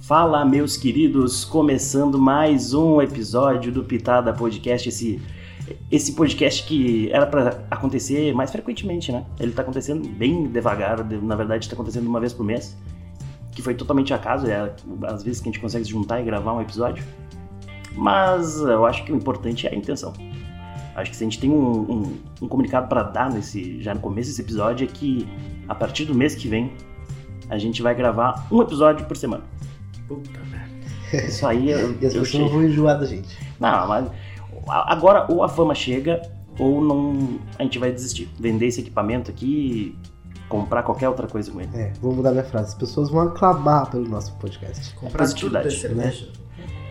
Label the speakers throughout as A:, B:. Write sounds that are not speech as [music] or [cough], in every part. A: Fala, meus queridos, começando mais um episódio do Pitada Podcast, esse esse podcast que era para acontecer mais frequentemente, né? Ele tá acontecendo bem devagar, na verdade tá acontecendo uma vez por mês, que foi totalmente acaso, é às vezes que a gente consegue se juntar e gravar um episódio. Mas eu acho que o importante é a intenção. Acho que se a gente tem um, um- um comunicado para dar nesse, já no começo desse episódio é que a partir do mês que vem a gente vai gravar um episódio por semana.
B: Puta
C: né?
B: merda.
A: Isso aí eu,
B: E as
A: eu
B: pessoas
A: sei.
B: vão enjoar da gente.
A: Não, mas a- agora ou a fama chega ou não a gente vai desistir. Vender esse equipamento aqui e comprar qualquer outra coisa com ele.
B: É, vou mudar minha frase. As pessoas vão aclamar pelo nosso podcast.
C: Comprar tudo
A: Positividade,
C: da cerveja.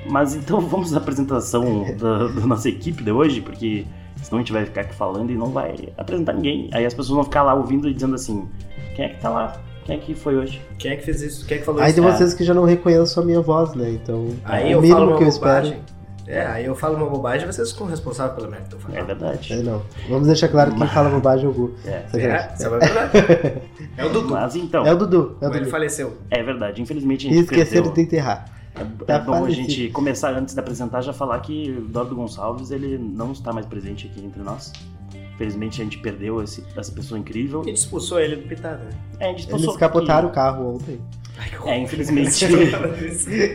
A: Mas então [laughs] vamos à apresentação da, da nossa equipe de hoje, porque senão a gente vai ficar aqui falando e não vai apresentar ninguém. Aí as pessoas vão ficar lá ouvindo e dizendo assim: quem é que tá lá? Quem é que foi hoje?
C: Quem é que fez isso? Quem é que falou
B: Aí
C: isso?
B: tem vocês que já não reconhecem a minha voz, né? Então,
C: Aí
B: é o
C: eu
B: mínimo
C: falo uma
B: que eu espero.
C: bobagem. É, aí eu falo uma bobagem e vocês ficam responsáveis pela merda que eu
A: É
C: falando.
B: É,
A: verdade.
B: não. Vamos deixar claro que quem fala bobagem é o Gu.
A: É.
B: Sacanagem.
C: você vai ver. É o Dudu.
A: Mas então,
B: É o Dudu. É
C: Mas
B: o
C: ele
B: Dudu.
C: faleceu.
A: é verdade. Infelizmente a
B: E
A: gente
B: esqueceram
A: perdeu.
B: de enterrar.
A: É,
B: Tá
A: é bom a
B: falecido.
A: gente começar antes de apresentar já falar que o Eduardo Gonçalves ele não está mais presente aqui entre nós. Infelizmente a gente perdeu esse- essa pessoa incrível.
C: A gente expulsou ele do Pitada. né?
A: É, a gente
B: Eles
A: passou aqui.
B: capotaram o carro ontem. [laughs]
C: Ai, que horror.
A: É, infelizmente.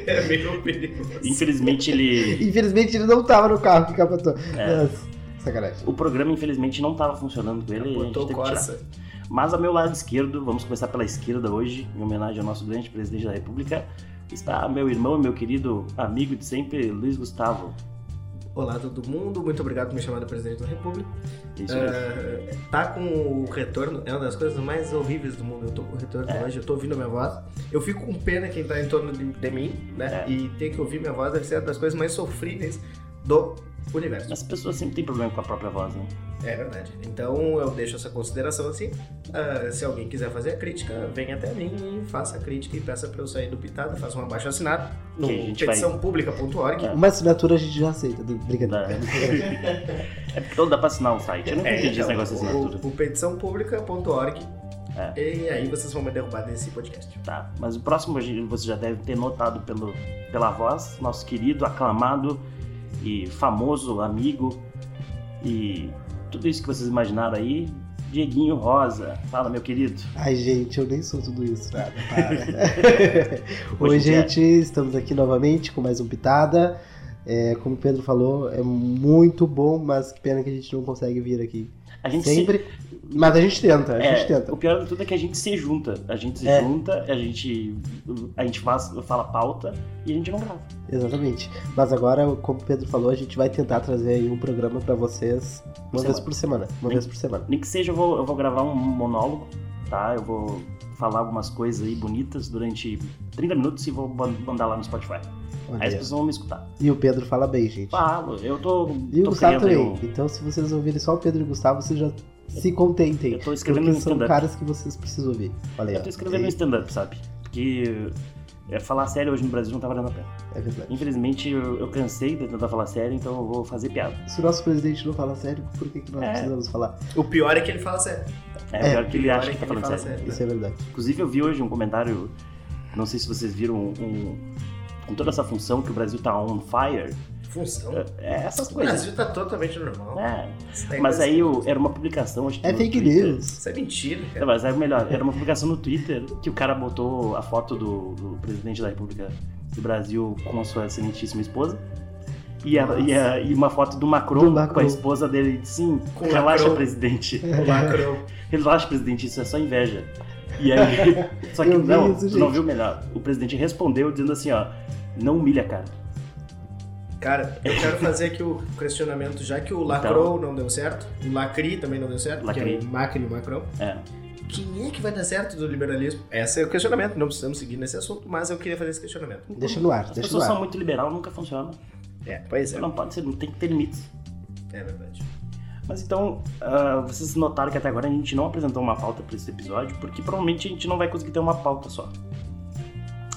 C: é meio perigoso.
A: infelizmente ele.
B: Infelizmente ele não tava no carro que capotou.
A: é,
B: Nossa, sacanagem.
A: o programa infelizmente não estava funcionando com ele. e A gente
C: Botou
A: teve que tirar.
C: Corsa.
A: Mas ao meu lado esquerdo, vamos começar pela esquerda hoje, em homenagem ao nosso grande presidente da República, está meu irmão e meu querido amigo de sempre, Luiz Gustavo.
C: Olá, todo mundo. Muito obrigado por me chamar de presidente da República.
A: Isso mesmo.
C: É, tá com o retorno, é uma das coisas mais horríveis do mundo. Eu tô com o retorno
A: É.
C: hoje, eu tô ouvindo a minha voz. Eu fico com pena quem tá em torno de, de mim, né?
A: É.
C: E ter que ouvir minha voz deve ser uma das coisas mais sofríveis do universo.
A: As pessoas sempre têm problema com a própria voz, né?
C: É verdade. Então eu deixo essa consideração assim. Ah, se alguém quiser fazer a crítica, venha até mim e faça a crítica e peça pra eu sair do Pitada, faça um abaixo assinado no
A: Que a gente vai-
C: petiçãopublica.org.
A: É.
B: Uma assinatura a gente já aceita. Brincadeira.
A: É porque todo dá pra assinar o site. Eu
B: É,
A: nunca entendi
B: então,
A: esse negócio de assinatura. É.
C: O, o petiçãopublica.org. E aí vocês vão me derrubar desse podcast.
A: Tá, mas o próximo a gente- você já deve ter notado pelo, pela voz, nosso querido, aclamado e famoso amigo e tudo isso que vocês imaginaram aí, Dieguinho Rosa. Fala, meu querido.
B: Ai, gente, eu nem sou tudo isso.
A: [laughs]
B: Nada, [laughs] para.
A: Hoje
B: Oi,
A: em dia.
B: gente, estamos aqui novamente com mais um Pitada. É, como o Pedro falou, é muito bom, mas que pena que a gente não consegue vir aqui
A: A gente se-
B: sempre. Mas a gente tenta, a gente
A: é,
B: tenta.
A: o pior de tudo é que a gente se junta. A gente se
B: É.
A: junta, a gente, a gente faz, fala pauta e a gente não grava.
B: Exatamente. Mas agora, como o Pedro falou, a gente vai tentar trazer aí um programa pra vocês uma
A: Semana.
B: vez por semana. Uma
A: Sim.
B: vez por semana.
A: Nem que seja, eu vou, eu vou gravar um monólogo, tá? Eu vou falar algumas coisas aí bonitas durante 30 minutos e vou ban- mandar lá no Spotify.
B: Olha
A: Aí as
B: aí.
A: pessoas Ah, vão me escutar.
B: E o Pedro fala bem, gente.
A: Falo, eu tô,
B: E o
A: tô
B: Gustavo
A: criando aí
B: também.
A: um,
B: Então, se vocês ouvirem só o Pedro e o Gustavo, vocês já se contentem.
A: Eu tô escrevendo um
B: Porque são
A: stand-up.
B: caras que vocês precisam ouvir. Falei,
A: Eu tô escrevendo um stand-up, sabe? Porque é, falar sério hoje no Brasil não tá valendo a pena.
B: É verdade.
A: Infelizmente, eu, eu cansei de tentar falar sério, então eu vou fazer piada.
B: Se o nosso presidente não fala sério, por que, que nós
A: É.
B: precisamos falar?
C: O pior é que ele fala sério.
A: É,
B: É,
A: pior que ele
C: pior
A: acha
C: é
A: que tá
C: que ele
A: falando
C: fala
A: sério.
C: sério.
B: Isso é verdade.
A: Inclusive, eu vi hoje um comentário, não sei se vocês viram, um, com toda essa função que o Brasil tá on fire,
C: né? Função.
A: é, essas
C: O
A: coisas.
C: Brasil tá totalmente normal.
A: É,
C: Isso tá
A: Mas aí
C: engraçado.
A: o- era uma publicação, acho que.
B: É
A: no
B: fake
A: Twitter.
B: news.
C: Isso é mentira,
A: Não,
C: cara.
A: mas é melhor, era uma publicação no Twitter que o cara botou a foto do, do presidente da República do Brasil com a sua excelentíssima esposa. E, a- e a- e uma foto do Macron,
B: Do Macron.
A: com a esposa dele. Sim,
C: Com o
A: relaxa,
C: Macron.
A: presidente.
C: O Macron.
A: Relaxa, presidente, isso é só inveja. E
B: [laughs]
A: aí. Só que
B: Eu vi
A: não,
B: isso,
A: tu não
B: gente.
A: viu melhor. O presidente respondeu dizendo assim: ó, não humilha, cara.
C: Cara, eu quero fazer aqui o questionamento, já que o Lacrou não deu certo, o Lacri também não deu certo,
A: Então. Lacri.
C: que é o Macri e o Macron.
A: É.
C: Quem é que vai dar certo do liberalismo? Esse é o questionamento, não precisamos seguir nesse assunto, mas eu queria fazer esse questionamento.
B: Deixa no ar,
A: um As
B: deixa no
A: pessoas são
B: ar.
A: muito liberal, nunca funciona.
C: É, pois é.
A: Não pode ser, não tem que ter limites.
C: É verdade.
A: Mas então, ah, vocês notaram que até agora a gente não apresentou uma pauta para esse episódio, porque provavelmente a gente não vai conseguir ter uma pauta só.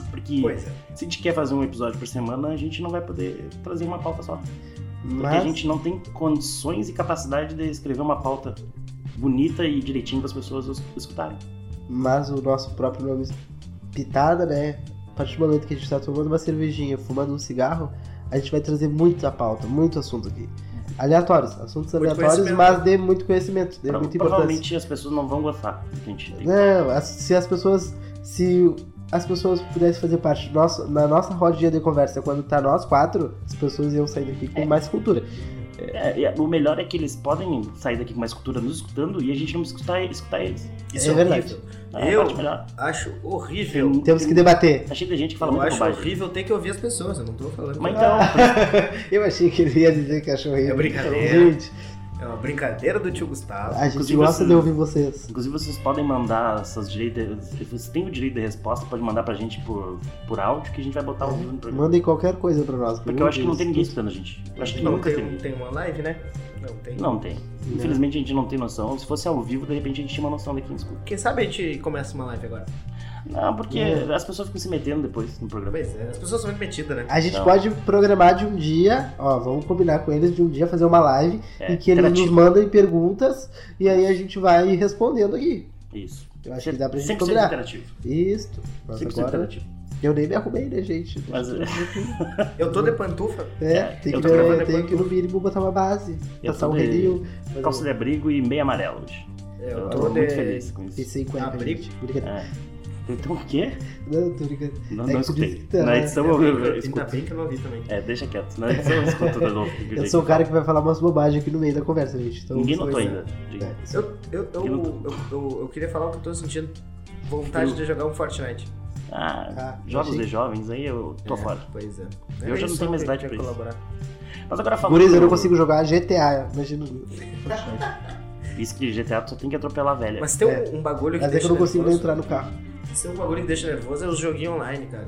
A: Porque
C: Pois é.
A: se a gente quer fazer um episódio por semana, a gente não vai poder trazer uma pauta só. Porque a
B: Mas
A: gente não tem condições e capacidade de escrever uma pauta bonita e direitinho para as pessoas es- escutarem.
B: mas o nosso próprio nome, Pitada, né? a partir do momento que a gente está tomando uma cervejinha, fumando um cigarro, a gente vai trazer muita pauta, muito assunto aqui.
A: Uhum.
B: Aleatórios, assuntos
C: Muito
B: aleatórios,
C: conhecimento.
B: mas de muito conhecimento, de
C: É
A: Pro-
B: muita importância.
A: provavelmente as pessoas não vão gostar do que a gente tem.
B: Não, as- se as pessoas. Se as pessoas pudessem fazer parte do nosso, na nossa rodinha de conversa quando tá nós quatro, as pessoas iam sair daqui com mais cultura.
A: É, e o melhor é que eles podem sair daqui com mais cultura nos escutando e a gente não escutar, escutar eles.
C: Isso é,
B: É verdade.
C: horrível.
A: É a
C: Eu?
A: parte melhor.
C: Acho horrível.
A: Tem-
B: Temos que
A: tem-
B: debater.
A: Tá cheio de gente que fala
C: Eu
A: muita
C: acho
A: bobagem.
C: horrível ter que ouvir as pessoas, eu não tô falando.
A: Mas então,
C: [laughs]
B: Eu achei que ele ia dizer que achou horrível.
C: É brincadeira.
B: Gente,
C: É uma brincadeira do tio Gustavo.
B: a gente
A: Inclusive,
B: gosta
A: vocês-
B: de ouvir vocês.
A: inclusive vocês podem mandar essas direitas. Se vocês têm o direito de resposta, pode mandar pra gente por, por áudio que a gente vai botar ao vivo no programa.
B: Mandem qualquer coisa pra nós.
A: Porque
B: meu
A: eu acho que não
B: Deus.
A: tem ninguém escutando a gente. Eu acho que
C: não
A: nunca tem
C: tem,
A: ninguém.
C: tem uma live, né? Não tem.
A: Não tem.
B: Não.
A: Infelizmente a gente não tem noção. Se fosse ao vivo, de repente a gente tinha uma noção de quem escuta.
C: Quem sabe a gente começa uma live agora.
A: Não, porque
B: É.
A: as pessoas ficam se metendo depois no programa.
C: Pois é, as pessoas são muito metidas, né?
B: A gente
A: Não.
B: pode programar de um dia, ó, vamos combinar com eles de um dia fazer uma live
A: É,
B: em que eles nos
A: interativo.
B: mandem perguntas e aí a gente vai respondendo aqui.
A: Isso.
B: Eu acho que dá pra gente
A: 100%
B: combinar.
A: interativo.
B: Isso. Mas
A: 100%
B: agora,
A: interativo.
B: eu nem me arrumei, né, gente? Deixa
A: Mas,
B: eu-
C: Eu tô de pantufa.
B: É, tem
A: eu
B: que,
A: tô gravando
B: tem
C: depois.
B: que no mínimo botar uma base,
A: Eu
B: passar
A: tô
B: um
A: de
B: relio. fazer um
A: calça de abrigo e meia amarela hoje.
C: É, Eu
B: É,
A: Eu
C: tô
A: tô muito
C: de.
A: feliz com
B: um-
A: isso.
B: Pensei em cueca,
C: Abrigo.
B: gente. Brincadeira.
A: É. Então o quê?
B: Não, tô brincando.
A: Não,
B: É que
A: não escutei.
B: diz- tá,
A: Na
B: né?
A: edição eu, eu, eu
C: Ainda
A: escuto.
C: bem que eu não ouvi também.
A: É, deixa quieto. Na edição eu escuto né, de novo.
B: Eu sou o cara que vai falar umas bobagens aqui no meio da conversa, gente. Então,
A: Ninguém
B: só
A: notou
B: isso.
A: ainda.
B: É.
C: Eu, eu, eu,
A: Eu não
C: eu, eu- eu queria falar que eu tô sentindo vontade
A: Eu-
C: de jogar um Fortnite.
A: Ah,
B: Ah,
A: jogos
B: achei-
A: de jovens aí eu tô
C: É,
A: fora.
C: Pois
A: Eu
C: é. Era
A: já não
C: isso
A: tenho mais
C: que
A: idade
C: eu
A: pra
C: queria
A: isso.
C: colaborar.
A: Mas agora falando.
B: Guriz, eu não
A: do-
B: consigo jogar GTA, imagina.
A: Isso que GTA tu só tem que atropelar a velha.
C: Mas tem um-
B: É.
C: um bagulho que
B: Mas é que
C: deixa
B: eu não consigo nem
C: nervoso.
B: entrar no carro.
C: Tem um bagulho que deixa nervoso é os joguinhos online, cara.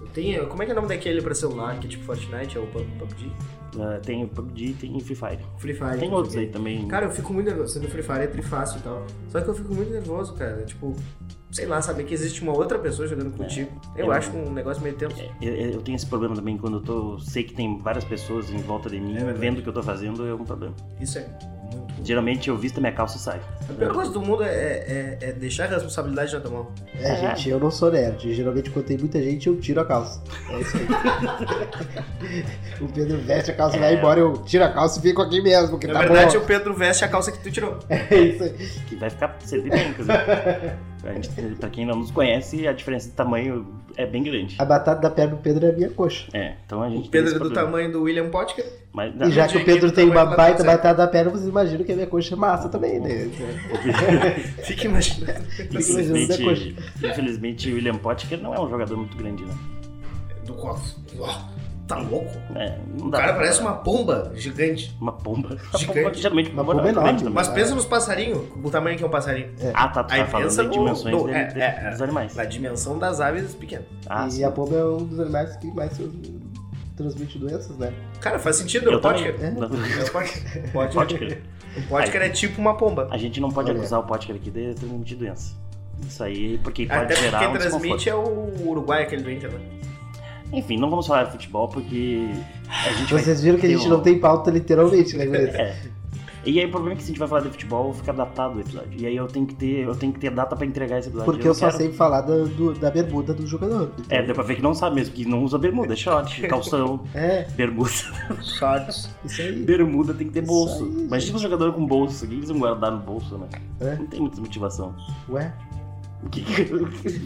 C: Eu tenho- como é que é o nome daquele pra celular, que é tipo Fortnite ou Pub- PUBG?
A: Ah, tem o PUBG, tem Free Fire.
C: Free Fire.
A: Tem outros aí também.
C: Cara, eu fico muito nervoso. Sendo Free Fire é trifácil e tal. Só que eu fico muito nervoso, cara. Tipo, sei lá, saber que existe uma outra pessoa jogando contigo. Eu
A: É. Eu- É.
C: acho um negócio meio tenso.
A: Eu, eu tenho esse problema também quando eu tô. Sei que tem várias pessoas em volta de mim
B: É
C: verdade.
A: vendo o que eu tô fazendo, é um problema.
C: Isso é muito.
A: Geralmente eu visto a minha calça e saio.
C: A pior coisa do mundo é, é- é deixar a responsabilidade na tua mão.
B: É, gente, eu não sou nerd. Geralmente, quando tem muita gente, eu tiro a calça. É isso
A: [laughs]
B: aí. o Pedro veste a calça, e vai embora, eu tiro a calça e fico aqui mesmo, porque
C: Na
B: tá
C: verdade,
B: bom.
C: o Pedro veste a calça que tu tirou.
B: É isso aí.
A: Que vai ficar servindo bem,
B: [laughs]
A: inclusive. A gente- Pra quem não nos conhece, a diferença de tamanho é bem grande.
B: A batata da perna do Pedro é a minha coxa.
A: É, então a gente.
C: O
A: tem esse
C: Pedro é do
A: problema.
C: tamanho do William Potker. [laughs]
A: Mas, é
B: e já que
C: gente,
B: o Pedro
C: que
B: tem uma
C: tamanho da
B: baita
C: batata?
B: batata da perna, vocês imaginam que a minha coxa é
A: Ah,
B: massa também, né?
C: Fica imaginando.
A: [laughs]
B: Infelizmente,
A: Infelizmente, infelizmente, o William Potker não é um jogador muito grande, né?
C: Do qual? Ó, Tá louco?
A: É, não
C: O
A: dá
C: cara
A: pra-
C: parece uma pomba gigante.
A: Uma
C: [laughs]
A: pomba.
C: Gigante.
A: Uma pomba, geralmente,
B: Uma
A: pomba
B: pomba
A: é
B: enorme. né?
A: grande também.
C: Mas pensa nos passarinhos, o tamanho que é um passarinho.
A: Ah, tá, tu
C: Aí
A: tá falando
C: pensa
A: de
C: no-
A: dimensões
C: no-
A: dele-
C: é,
A: dele-
C: é, é.
A: dos animais.
C: Na dimensão das aves pequenas.
A: Ah,
B: e
A: sim.
B: a pomba é um dos animais que mais transmite doenças, né?
C: Cara, faz sentido, é
A: Eu
C: o
A: também.
C: Potker. É o Potker. O
A: Pode
C: Potker.
A: crer.
C: O Potker é tipo uma pomba.
A: A gente não pode
B: Olha.
A: acusar o Potker aqui um de transmitir doença. Isso aí, porque pode
C: Até
A: gerar
C: porque
A: um
C: quem
A: desconforto.
C: transmite é o Uruguai, aquele do Inter. né?
A: Enfim, não vamos falar de futebol porque a gente vai
B: Vocês viram que a
A: ter
B: gente
A: um-
B: não tem pauta literalmente, né, Guriz?
A: É. E aí o problema é que se a gente vai falar de futebol, fica datado o episódio. E aí eu tenho que ter, eu tenho que ter data pra entregar esse episódio.
B: Porque
A: [laughs]
B: eu
A: não
B: só
A: quero-
B: sei falar da, do- da bermuda do jogador.
A: É, deu pra ver que não sabe mesmo, que não usa bermuda, é short, calção, [laughs]
B: É,
A: bermuda.
C: Shorts.
B: isso aí.
A: Bermuda tem que ter bolso.
B: Isso aí,
A: Imagina um jogador com bolso, o que eles vão guardar no bolso, né?
B: É.
A: Não tem muita motivação.
B: Ué?
A: O que [laughs] que-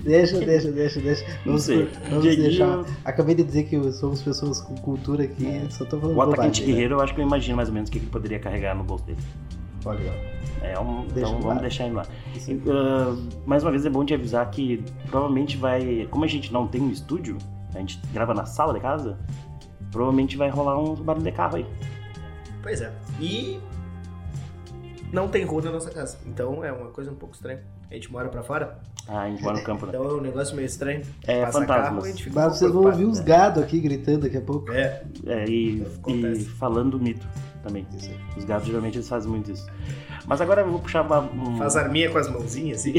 B: Deixa, deixa, deixa, deixa.
A: Não sei.
B: Vamos
A: Dieguinho-
B: deixar. Acabei de dizer que somos pessoas com cultura aqui, só tô falando
A: O atacante
B: bobagem. né?
A: guerreiro, eu acho É. que eu imagino mais ou menos o que ele poderia carregar no bolso dele.
B: Olha,
A: É um,
B: Deixa
A: então
B: no
A: vamos
B: ar.
A: deixar ele lá.
B: ó, isso
A: E,
B: aí.
A: ah, mais uma vez é bom te avisar que provavelmente vai. Como a gente não tem um estúdio, a gente grava na sala de casa, provavelmente vai rolar um barulho de carro aí.
C: Pois é. E não tem rua na nossa casa. Então é uma coisa um pouco estranha. A gente mora pra fora,
A: Ah, a gente mora no campo, né?
C: então é um negócio meio estranho.
A: É,
C: Passa carro, a
A: fantasmas.
C: gente fica um
B: Mas
C: pouco
B: vocês vão ouvir
C: preocupado.
A: né?
B: uns gado aqui gritando daqui a pouco.
C: É,
A: É, e, e
C: Acontece.
A: falando mito também.
B: Isso aí.
A: Os gatos geralmente eles fazem muito isso. Mas agora eu vou puxar uma, um-
C: faz arminha com as
A: [laughs]
C: mãozinhas assim.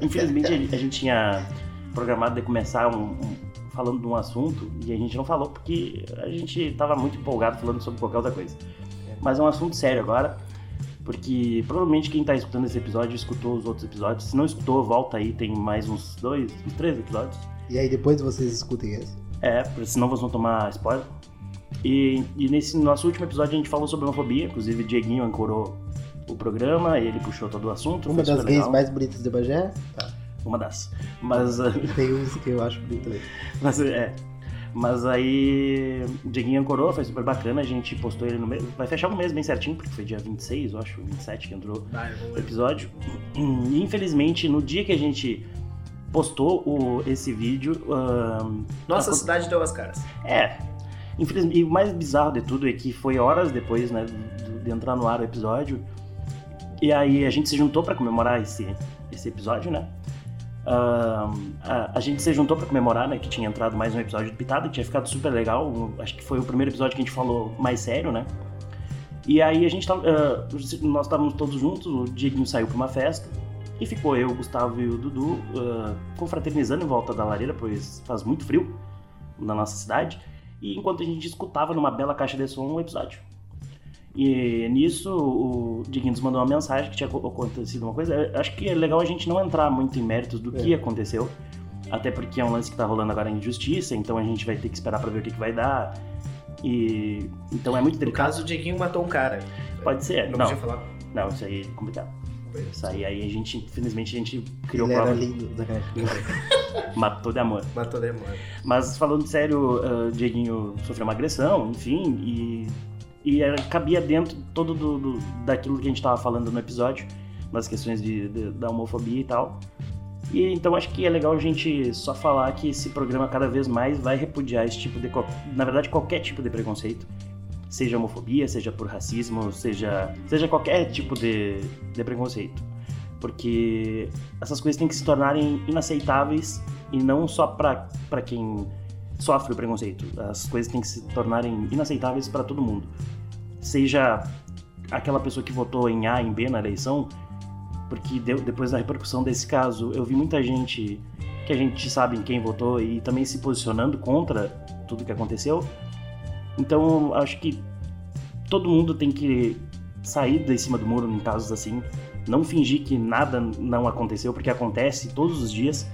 A: Infelizmente a gente- a gente tinha programado de começar um, um- falando de um assunto e a gente não falou porque a gente estava muito empolgado falando sobre qualquer outra coisa. Mas é um assunto sério agora, porque provavelmente quem tá está escutando esse episódio escutou os outros episódios. Se não escutou, volta aí, tem mais uns dois, uns três episódios.
B: E aí depois vocês escutem esse.
A: É, porque senão vocês vão tomar spoiler. E, e nesse nosso último episódio a gente falou sobre homofobia, inclusive o Dieguinho ancorou o programa, ele puxou todo o assunto.
B: Uma
A: foi
B: das
A: super
B: gays
A: legal.
B: mais bonitas de Bagé. Tá.
A: Uma das. Mas, [laughs] ah,
B: Tem uns que eu acho bonito. mesmo.
A: mas, é. Mas aí o Dieguinho ancorou, foi super bacana, a gente postou ele no mês. Vai fechar um mês bem certinho, porque foi dia 26, eu acho, 27 que entrou
C: Vai, vamos
A: o
C: ver.
A: episódio. E, infelizmente, no dia que a gente postou o, esse vídeo, ahn,
C: Nossa
A: Ah,
C: cidade deu as caras.
A: É. Infelizmente, e o mais bizarro de tudo é que foi horas depois, né, do- de entrar no ar o episódio. E aí a gente se juntou pra comemorar esse, esse episódio, né? Ahn, a, a gente se juntou pra comemorar, né, que tinha entrado mais um episódio do Pitada, que tinha ficado super legal. um- acho que foi o primeiro episódio que a gente falou mais sério, né? E aí a gente tava, ah, nós estávamos todos juntos, o Dieguinho saiu pra uma festa. E ficou eu, o Gustavo e o Dudu ah, confraternizando em volta da lareira, pois faz muito frio na nossa cidade, e enquanto a gente escutava numa bela caixa de som um episódio. E nisso o Diguinho nos mandou uma mensagem que tinha co- acontecido uma coisa. Eu Acho que é legal a gente não entrar muito em méritos do
B: É.
A: que aconteceu, até porque é um lance que tá rolando agora em justiça, então a gente vai ter que esperar pra ver o que, que vai dar. E então é muito
C: No
A: delicado.
C: caso, o Dieguinho matou um cara.
A: Pode ser.
C: Não,
A: É, Não,
C: podia falar.
A: não, isso aí é complicado. Isso aí, aí a gente, infelizmente, a gente criou
B: Ele era
A: prova,
B: lindo. Sacanagem.
A: [laughs] matou de amor.
C: Matou demônio.
A: Mas falando sério, ah, o Dieguinho sofreu uma agressão, enfim, e, e era- cabia dentro todo do, do- daquilo que a gente estava falando no episódio, das questões de, de- da homofobia e tal. E então acho que é legal a gente só falar que esse programa cada vez mais vai repudiar esse tipo de. co- Na verdade, qualquer tipo de preconceito. Seja homofobia, seja por racismo, seja, seja qualquer tipo de, de preconceito. Porque essas coisas têm que se tornarem inaceitáveis e não só pra pra quem sofre o preconceito. As coisas têm que se tornarem inaceitáveis pra todo mundo. Seja aquela pessoa que votou em A e em B na eleição, porque deu- depois da repercussão desse caso, eu vi muita gente que a gente sabe em quem votou e também se posicionando contra tudo que aconteceu. Então, acho que todo mundo tem que sair de cima do muro em casos assim, não fingir que nada não aconteceu, porque acontece todos os dias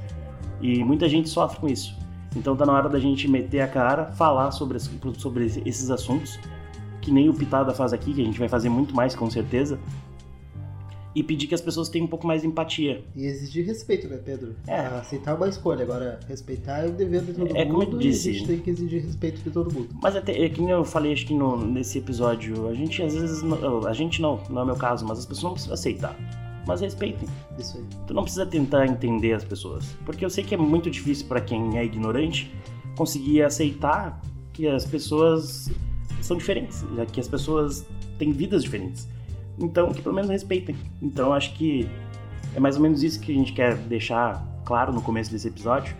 A: e muita gente sofre com isso. Então tá na hora da gente meter a cara, falar sobre, as- sobre esses assuntos, que nem o Pitada faz aqui, que a gente vai fazer muito mais com certeza, e pedir que as pessoas tenham um pouco mais de empatia.
B: E exigir respeito, né, Pedro?
A: É.
B: Aceitar é uma escolha. Agora, respeitar é um dever de todo
A: É, como
B: mundo.
A: eu disse.
B: E a gente tem que exigir respeito de todo mundo.
A: Mas até, é que nem eu falei, acho que no- nesse episódio, a gente às vezes. não- a gente não, não é o meu caso, mas as pessoas não precisam aceitar. Mas respeitem.
B: Isso aí.
A: Tu não precisa tentar entender as pessoas, porque eu sei que é muito difícil pra quem é ignorante conseguir aceitar que as pessoas são diferentes, já que as pessoas têm vidas diferentes. Então, que pelo menos respeitem. Então, eu acho que é mais ou menos isso que a gente quer deixar claro no começo desse episódio,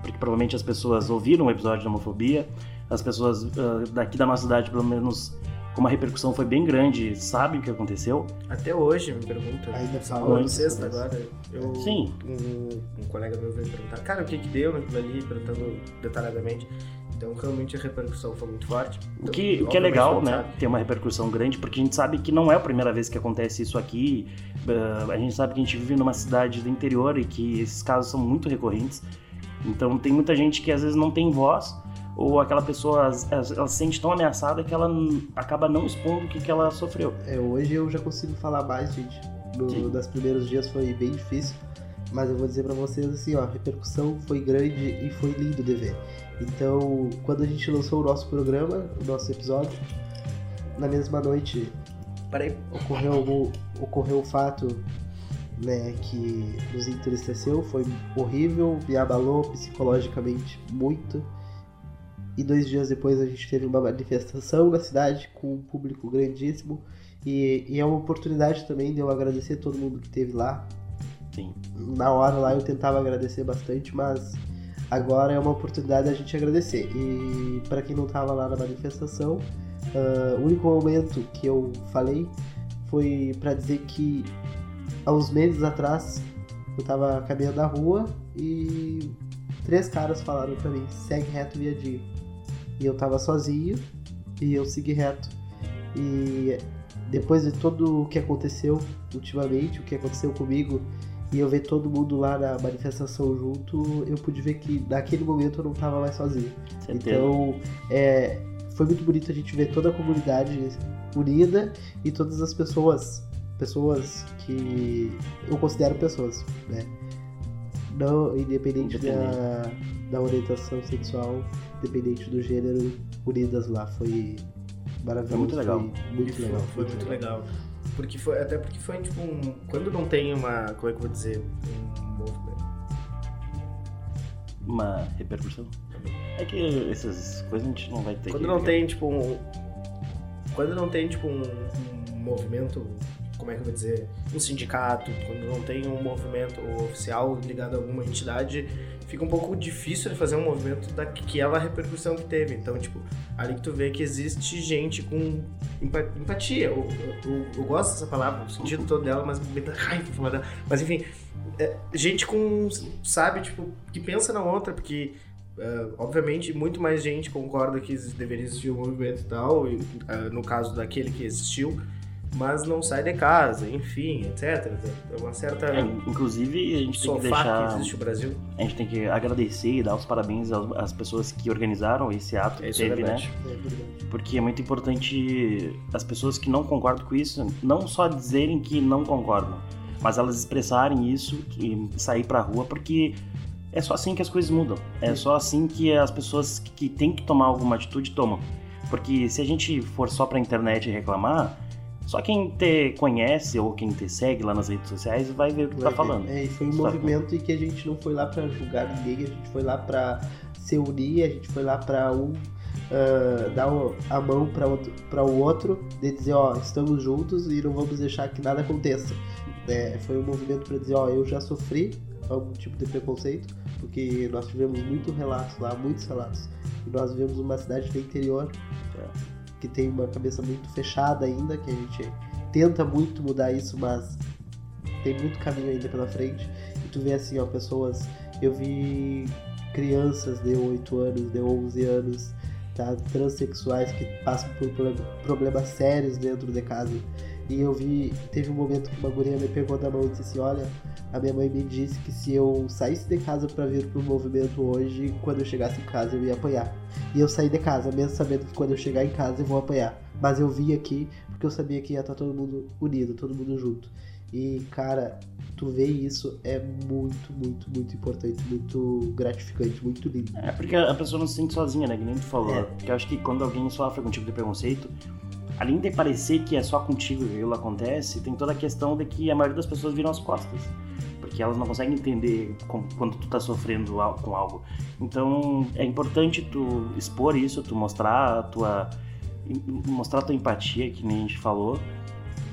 A: porque provavelmente as pessoas ouviram o episódio de homofobia, as pessoas ah, daqui da nossa cidade, pelo menos, como a repercussão foi bem grande, sabem o que aconteceu.
C: Até hoje me pergunta.
B: Ainda
C: Sábado,
B: falando.
C: sexta agora. Eu,
A: Sim.
C: Um, um colega meu veio perguntar, cara, o que que deu naquilo ali, perguntando detalhadamente. Então, realmente, a repercussão foi muito forte.
A: O que,
C: Então,
A: o que é
C: obviamente,
A: legal,
C: não
A: né?
C: sabe.
A: Ter uma repercussão grande, porque a gente sabe que não é a primeira vez que acontece isso aqui. Ah, a gente sabe que a gente vive numa cidade do interior e que esses casos são muito recorrentes. Então tem muita gente que às vezes não tem voz, ou aquela pessoa as- as- ela se sente tão ameaçada que ela n- acaba não expondo o que, que ela sofreu.
B: É, hoje eu já consigo falar mais, gente.
A: Sim.
B: No, das primeiros dias foi bem difícil. Mas eu vou dizer pra vocês assim, ó, a repercussão foi grande e foi lindo de ver. Então, quando a gente lançou o nosso programa, o nosso episódio, na mesma noite
C: Peraí,
B: ocorreu algum- ocorreu um fato né, que nos entristeceu, foi horrível, me abalou psicologicamente muito. E dois dias depois a gente teve uma manifestação na cidade com um público grandíssimo. E, e é uma oportunidade também de eu agradecer todo mundo que esteve lá.
A: Sim.
B: Na hora lá eu tentava agradecer bastante, mas agora é uma oportunidade da gente agradecer. E para quem não tava lá na manifestação, ah, o único momento que eu falei foi pra dizer que há uns meses atrás eu tava caminhando na rua e três caras falaram pra mim, segue reto viadinho. E eu tava sozinho e eu segui reto. E depois de tudo o que aconteceu ultimamente, o que aconteceu comigo e eu ver todo mundo lá na manifestação junto, eu pude ver que naquele momento eu não tava mais sozinho.
A: Certeza.
B: Então, é, foi muito bonito a gente ver toda a comunidade unida e todas as pessoas, pessoas que eu considero pessoas, né? Não, independente, Da, da orientação sexual, independente do gênero, unidas lá. Foi maravilhoso.
A: Foi muito legal.
B: muito
C: E foi-
B: legal.
C: Foi muito legal. Porque foi, até porque foi tipo um. Quando não tem uma. Como é que eu vou dizer? Um movimento.
A: Uma repercussão. É que essas coisas a gente não vai ter
C: Quando
A: que-
C: não tem, tipo, um. Quando não tem, tipo, um, um movimento. Como é que eu vou dizer? Um sindicato, quando não tem um movimento oficial ligado a alguma entidade, fica um pouco difícil de fazer um movimento daquela repercussão que teve. Então, tipo, ali que tu vê que existe gente com empa- empatia. Eu, eu- eu gosto dessa palavra, o sentido todo dela, mas me dá raiva falar dela. Mas enfim, é, gente com, sabe, tipo, que pensa na outra, porque é, obviamente muito mais gente concorda que exi- deveria existir um movimento e tal, e, é, no caso daquele que existiu, mas não sai de casa, enfim, etc. É uma certa.
A: É, inclusive, a gente tem que
C: Sofá que,
A: deixar.
C: existe o Brasil.
A: A gente tem que agradecer e dar os parabéns aos- às pessoas que organizaram esse ato que teve, né?
B: É verdade.
A: Porque é muito importante as pessoas que não concordam com isso não só dizerem que não concordam, mas elas expressarem isso e sair pra rua, porque é só assim que as coisas mudam. É só assim que as pessoas que têm que tomar alguma atitude tomam. Porque se a gente for só pra internet reclamar, só quem te conhece ou quem te segue lá nas redes sociais vai ver o que tu tá
B: Vai ver.
A: falando.
B: É, e foi um
A: Tá
B: movimento em que a gente não foi lá pra julgar ninguém, a gente foi lá pra se unir, a gente foi lá pra um ah, dar o- a mão pra, outro, pra o outro, de dizer, ó, estamos juntos e não vamos deixar que nada aconteça. É, foi um movimento pra dizer, ó, eu já sofri algum tipo de preconceito, porque nós tivemos muito relatos lá, muitos relatos. E nós vivemos uma cidade do interior
A: É.
B: que tem uma cabeça muito fechada ainda, que a gente tenta muito mudar isso, mas tem muito caminho ainda pela frente. E tu vê assim, ó, pessoas. Eu vi crianças de 8 anos, de 11 anos, tá? Transsexuais que passam por proble- problemas sérios dentro de casa. E eu vi, teve um momento que uma guria me pegou da mão e disse assim: Olha, a minha mãe me disse que se eu saísse de casa pra vir pro movimento hoje, quando eu chegasse em casa eu ia apanhar. E eu saí de casa, mesmo sabendo que quando eu chegar em casa eu vou apanhar. Mas eu vim aqui porque eu sabia que ia estar todo mundo unido, todo mundo junto. E, cara, tu vê isso é muito, muito, muito importante, muito gratificante, muito lindo.
A: É porque a pessoa não se sente sozinha, né? Que nem tu falou.
B: É.
A: Porque eu acho que quando alguém sofre algum tipo de preconceito, além de parecer que é só contigo que aquilo acontece, tem toda a questão de que a maioria das pessoas viram as costas. Porque elas não conseguem entender com- quando tu tá sofrendo al- com algo. Então é importante tu expor isso, tu mostrar a tua. mostrar a tua empatia, que nem a gente falou.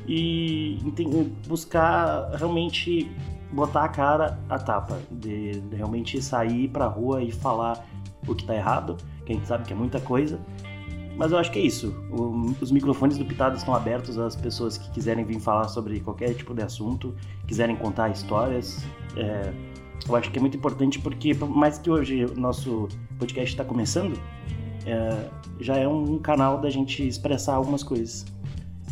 A: E enten- buscar realmente botar a cara a tapa, de de realmente sair pra rua e falar o que tá errado, que a gente sabe que é muita coisa. Mas eu acho que é isso. O- os microfones do Pitado estão abertos às pessoas que quiserem vir falar sobre qualquer tipo de assunto, quiserem contar histórias. É, eu acho que é muito importante porque, por mais que hoje o nosso podcast está começando, é, já é um canal da gente expressar algumas coisas.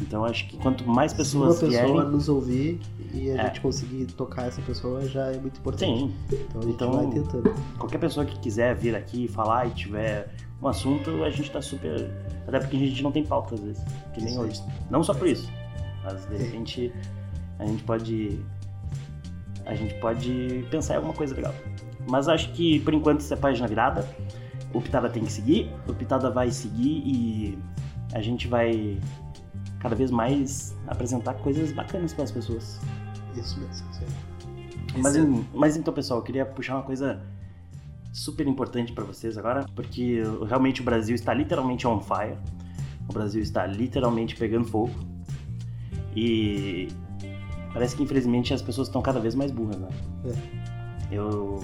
A: Então eu acho que quanto mais
B: Se
A: pessoas
B: uma pessoa né?
A: vierem.
B: nos ouvir e a
A: É.
B: gente conseguir tocar essa pessoa já é muito importante.
A: Sim,
B: Então a gente
A: Então-
B: vai tentando.
A: qualquer pessoa que quiser vir aqui falar e tiver um assunto, a gente tá super. Até porque a gente não tem pauta às vezes, que nem
B: Isso aí.
A: hoje. Não só por isso, mas de repente a gente pode. A gente pode pensar em alguma coisa legal. Mas acho que por enquanto isso é página virada. O Pitada tem que seguir, o Pitada vai seguir e a gente vai cada vez mais apresentar coisas bacanas para as pessoas.
B: Isso mesmo. isso aí.
A: Mas,
C: Isso-
A: em- mas então, pessoal, eu queria puxar uma coisa super importante pra vocês agora, porque realmente o Brasil está literalmente on fire. O Brasil está literalmente pegando fogo. E parece que infelizmente as pessoas estão cada vez mais burras, né?
B: É.
A: Eu,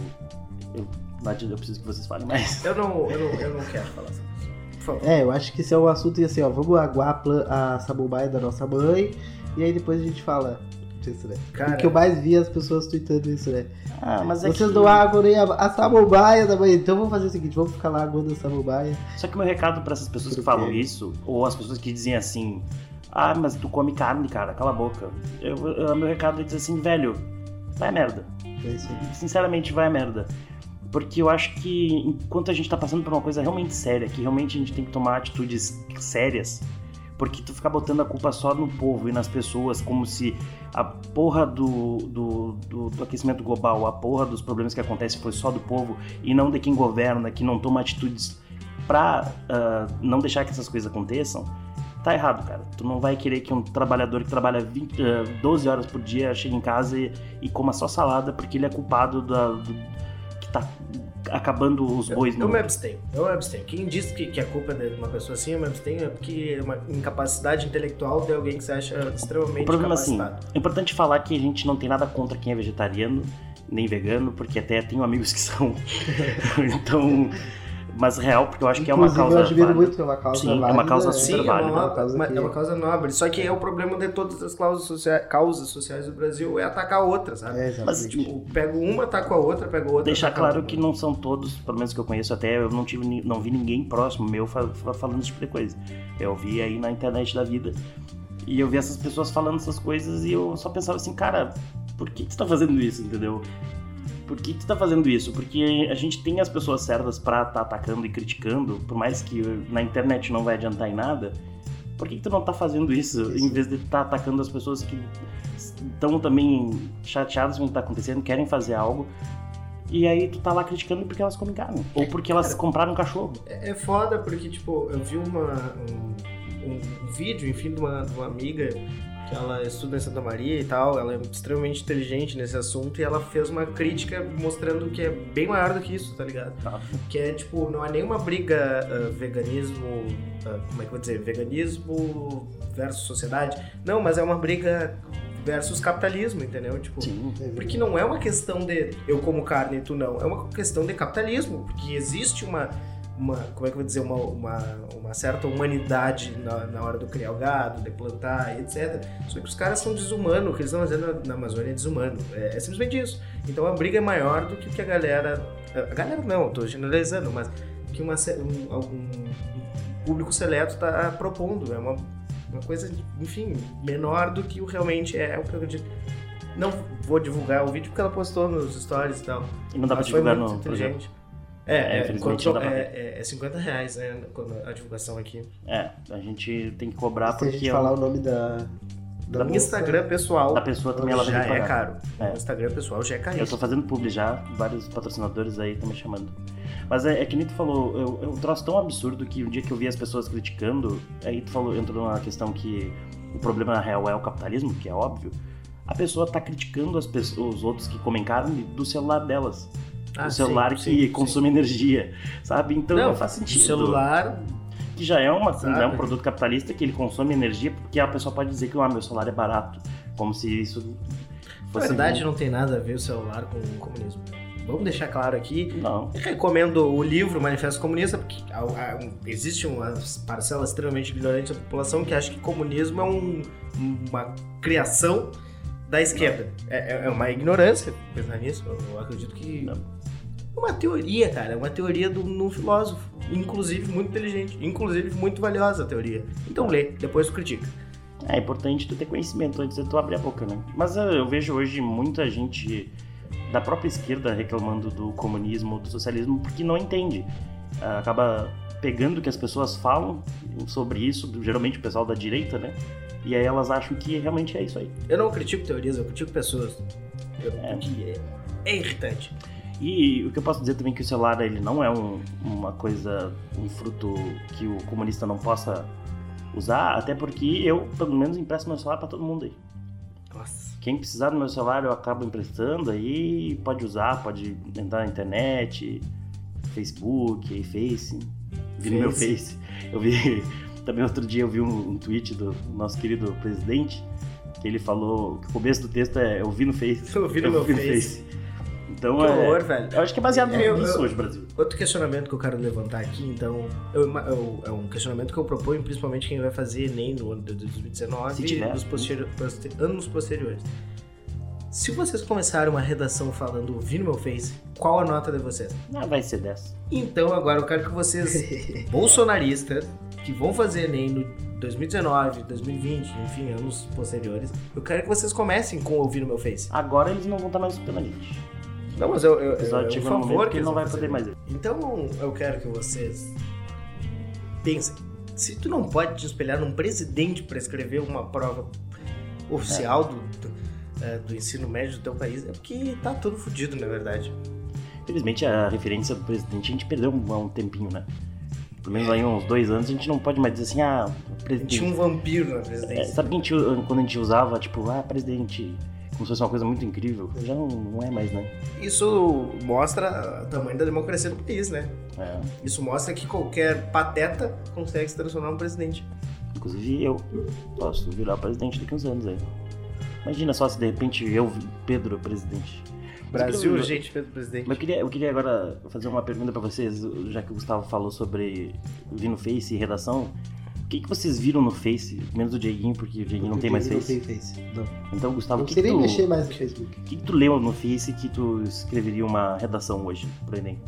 A: eu. não adianta, Eu preciso que vocês falem mais.
C: eu, não, eu, não, eu não quero falar sobre isso. Por favor.
B: É, eu acho que esse é um assunto e assim, ó, vamos aguar a, plan- a samambaia da nossa mãe e aí depois a gente fala disso, né?
C: Cara,
B: O que eu mais vi é as pessoas tweetando isso, né?
A: Ah, mas é
B: Vocês
A: que...
B: não aguem a, a samambaia da mãe, então vamos fazer o seguinte, vamos ficar lá aguando a samambaia.
A: Só que meu recado pra essas pessoas que
B: Por quê?
A: falam isso, ou as pessoas que dizem assim, ah, mas tu come carne, cara, cala a boca. Eu, eu- meu recado é dizer assim, velho, vai a merda.
B: É isso aí.
A: Sinceramente, vai a merda. Porque eu acho que enquanto a gente tá passando por uma coisa realmente séria, que realmente a gente tem que tomar atitudes sérias, porque tu ficar botando a culpa só no povo e nas pessoas, como se a porra do, do, do- do aquecimento global, a porra dos problemas que acontecem foi só do povo e não de quem governa, que não toma atitudes pra ah, não deixar que essas coisas aconteçam, tá errado, cara. Tu não vai querer que um trabalhador que trabalha 20, ah, 12 horas por dia chegue em casa e, e coma só salada porque ele é culpado da, do- que tá acabando os bois
C: Então, Eu
A: no
C: me abstenho, eu me abstenho. Quem diz que, que a culpa é de uma pessoa assim, eu me abstenho, é porque é uma incapacidade intelectual de alguém que se acha extremamente
A: O problema é assim,
C: capacitado.
A: é importante falar que a gente não tem nada contra quem é vegetariano, nem vegano, porque até tenho amigos que [laughs] são. então, mas real, porque eu acho que é uma
B: Inclusive,
A: causa
B: Eu admiro
A: válida.
B: muito, é uma causa
A: Sim, é uma
B: válida,
A: causa
B: é
A: super
C: Sim, é
A: Trabalho, né?
C: uma,
B: uma causa
C: uma-
B: que-
C: é uma causa nobre. Só que é o problema de todas as cláusulas sociais, causas sociais do Brasil é atacar outras, sabe?
B: É, exatamente.
A: Mas, tipo,
C: Tipo, pego uma, ataco a outra, pego outra.
A: deixar
C: ataco a
A: claro
C: outra.
A: que não são todos, pelo menos que eu conheço até, eu não tive, ni- não vi ninguém próximo meu fa- fa- falando esse tipo de coisa. Eu vi aí na internet da vida e eu vi essas pessoas falando essas coisas e eu só pensava assim, cara, por que tu tá fazendo isso, entendeu? Por que tu tá fazendo isso? Porque a gente tem as pessoas certas pra tá atacando e criticando, por mais que na internet não vai adiantar em nada. Por que, que tu não tá fazendo isso,
B: Isso.
A: em vez de tá atacando as pessoas que estão também chateadas com o que tá acontecendo, querem fazer algo, e aí tu tá lá criticando porque elas comem carne. Ou porque elas compraram um cachorro.
C: É é foda porque, tipo, eu vi uma, um, um vídeo, enfim, de uma, de uma amiga que ela estuda em Santa Maria e tal, ela é extremamente inteligente nesse assunto e ela fez uma crítica mostrando que é bem maior do que isso, tá ligado? Que é, tipo, não é nenhuma briga ah, veganismo, ah, como é que eu vou dizer, veganismo versus sociedade. Não, mas é uma briga versus capitalismo, entendeu? Tipo,
A: Sim.
B: É verdade.
C: porque não é uma questão de eu como carne e tu não. É uma questão de capitalismo. Porque existe uma. uma como é que eu vou dizer? Uma, uma, uma certa humanidade na, na hora do criar o gado, de plantar e etc. Só que os caras são desumanos. O que eles estão fazendo na, na Amazônia é desumano. É, é simplesmente isso. Então a briga é maior do que, que a galera. A galera não, tô generalizando, mas que uma, ce- um, algum público seleto tá propondo. É uma, uma coisa, enfim, menor do que o realmente é, é o que eu acredito. Não vou divulgar o vídeo porque ela postou nos stories e tal.
A: E não dá pra
C: Mas foi
A: divulgar
C: muito
A: no projeto.
C: inteligente. É,
A: É,
C: é,
A: infelizmente
C: quanto-
A: não dá pra
C: é, é, é 50 reais né, quando a divulgação aqui.
A: É, a gente tem que cobrar
B: Se a
A: porque
B: gente falar o nome da. da
C: No Instagram pessoal
A: da pessoa também ela vai
C: já
A: ter que
C: é
A: pagar.
C: caro.
A: É.
C: No Instagram pessoal já é caro.
A: Eu tô fazendo publi já, vários patrocinadores aí estão me chamando. Mas é, é que nem tu falou, eu, eu um troço tão absurdo que um dia que eu vi as pessoas criticando, aí tu falou, entrou na questão que o problema na real é o capitalismo, que é óbvio. A pessoa tá criticando as pessoas, os outros que comem carne do celular delas.
C: Ah,
A: o
C: sim,
A: celular
C: sim,
A: que
C: sim.
A: consome energia, sabe? Então não,
C: Não,
A: faz
C: O
A: sentido.
C: celular
A: Que já é, uma,
C: Sabe?
A: é um produto capitalista que ele consome energia, porque a pessoa pode dizer que ah, meu celular é barato. Como se isso
C: Na
A: fosse.
C: verdade, não tem nada a ver o celular com o comunismo. Vamos deixar claro aqui.
A: Não.
C: Eu recomendo o livro Manifesto Comunista, porque há- há um- existe uma parcela extremamente ignorante da população que acha que comunismo é um- uma criação da esquerda. É, é- é uma ignorância pensar nisso. Eu, eu acredito que.
A: Não.
C: É uma teoria, cara. É uma teoria de um de um filósofo. Inclusive muito inteligente. Inclusive muito valiosa a teoria. Então lê, depois tu critica.
A: É importante tu ter conhecimento antes de tu abrir a boca, né? Mas eh, eu vejo hoje muita gente da própria esquerda reclamando do comunismo, do socialismo, porque não entende. Ah, Acaba pegando o que as pessoas falam sobre isso, geralmente o pessoal da direita, né? E aí elas acham que realmente é isso aí.
C: Eu não critico teorias, eu critico pessoas. Eu,
A: É.
C: que é- é irritante.
A: E o que eu posso dizer também é que o celular ele não é um- uma coisa, um fruto que o comunista não possa usar, até porque eu, pelo menos, empresto meu celular pra todo mundo aí.
C: Nossa.
A: Quem precisar do meu celular eu acabo emprestando aí, pode usar, pode entrar na internet, Facebook, aí Face. Vi no meu Face. [laughs]
C: Face.
A: Eu vi. Também outro dia eu vi um, um tweet do nosso querido presidente, que ele falou que o começo do texto é eu vi no Face.
C: Eu vi no meu Face.
A: Então
C: Que
A: é.
C: horror, velho.
A: Eu acho que é baseado
C: É, eu-
A: nisso
C: eu-
A: hoje, Brasil.
C: Outro questionamento que eu quero levantar aqui, então, eu ima- eu- é um questionamento que eu proponho principalmente quem vai fazer Enem no ano de 2019
A: Se tiver.
C: e nos posteri- poster- anos posteriores. Se vocês começarem uma redação falando vi no meu Face, qual a nota de vocês?
A: Ah, vai ser dessa.
C: [laughs] Então agora eu quero que vocês, bolsonaristas, que vão fazer Enem no 2019, 2020, enfim, anos posteriores, eu quero que vocês comecem com ouvir no meu Face.
A: Agora eles não vão estar mais escutando a gente.
C: Não, mas eu, eu,
A: O episódio
C: eu, eu
A: chegou no
C: É, um favor
A: momento
C: que
A: que ele não
C: eles
A: vai
C: vão
A: poder mais.
C: fazer.
A: ir.
C: Então eu quero que vocês pensem. Se tu não pode te espelhar num presidente para escrever uma prova oficial do, do, eh, do ensino médio do teu país, é porque tá tudo fodido, na verdade.
A: Infelizmente, a referência do presidente a gente perdeu há um tempinho, né? Pelo menos aí uns dois anos a gente não pode mais dizer assim, ah, o presidente.
C: Tinha um vampiro na
A: É,
C: presidência.
A: sabe que a gente, quando a gente usava, tipo, ah, presidente, como se fosse uma coisa muito incrível? Já não, não é mais, né?
C: Isso mostra o tamanho da democracia do país, né?
A: É,
C: Isso mostra que qualquer pateta consegue se transformar num presidente.
A: inclusive eu posso virar presidente daqui uns anos aí. Imagina só se de repente eu, Pedro, presidente. Mas
C: Brasil,
A: eu-
C: urgente pelo presidente.
A: Mas eu queria, eu queria agora fazer uma pergunta pra vocês, já que o Gustavo falou sobre vir no Face e redação. O que, que vocês viram no Face? Menos o Dieguinho, porque o Dieguinho não tem mais
B: né? Não
A: Face.
B: tem Face. Não.
A: Então, Gustavo,
B: Não
A: o que,
B: sei
A: que,
B: nem
A: tu,
B: mexer mais no Facebook.
A: o que, que tu leu no Face que tu escreveria uma redação hoje pro Enem?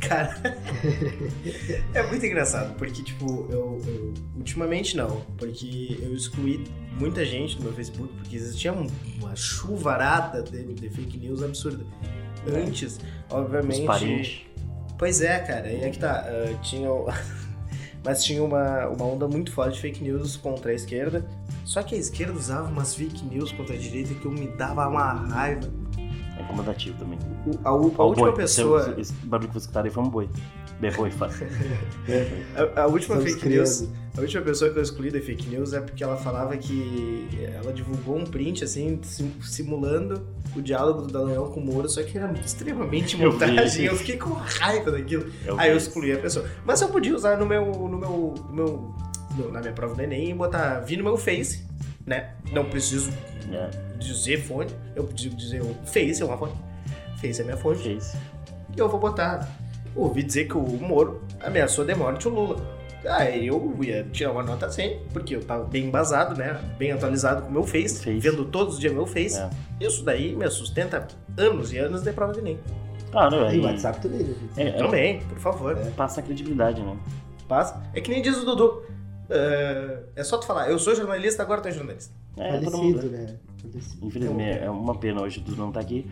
C: Cara, [laughs] é muito engraçado, porque, tipo, eu, eu- Ultimamente não, porque eu excluí muita gente do meu Facebook, porque existia um- uma chuvarada de, de fake news absurda. Antes,
A: Os
C: obviamente.
A: parentes.
C: Pois é, cara, aí é que tá. ah, tinha. o- [laughs] Mas tinha uma, uma onda muito forte de fake news contra a esquerda. Só que a esquerda usava umas fake news contra a direita que eu me dava uma raiva.
A: É incomodativo também.
C: O- a, u- a
A: Ó, o
C: última
A: boi.
C: pessoa.
A: Esse, esse barulho que vocês escutaram aí foi um boi. Beboi,
C: [laughs]
A: fácil.
C: A, a última
B: Estamos
C: fake news. A última pessoa que eu excluí da fake news é porque ela falava que ela divulgou um print, assim, sim- simulando o diálogo do Dallagnol com o Moro, só que era extremamente
A: Eu vi.
C: montagem. Eu, fiquei com raiva daquilo.
A: é
C: Aí eu excluí a pessoa. Mas eu podia usar no meu. no meu. no meu- no- na minha prova do Enem e botar. Vi no meu Face, né? Não preciso
A: É,
C: dizer fonte. Eu preciso dizer o Face é uma fonte. Face é minha fonte.
A: é isso.
C: E eu vou botar. Ouvi dizer que o Moro ameaçou de morte o Lula. Aí eu ia tirar uma nota 100, porque eu tava bem embasado, né? Bem atualizado com o meu Face,
A: Face.
C: vendo todos os dias meu Face.
A: É.
C: Isso daí me sustenta anos e anos de prova de Enem.
A: Claro,
B: E
A: aí.
B: o WhatsApp também, né? gente?
A: É, é,
C: Também, por favor.
A: passa a credibilidade, né?
C: Passa. É que nem diz o Dudu. eh, é só tu falar, eu sou jornalista, agora tu é jornalista.
A: É, todo mundo.
B: Falecido, né? Falecido.
A: Infelizmente,
C: Então,
A: é uma pena hoje tudo não tá aqui.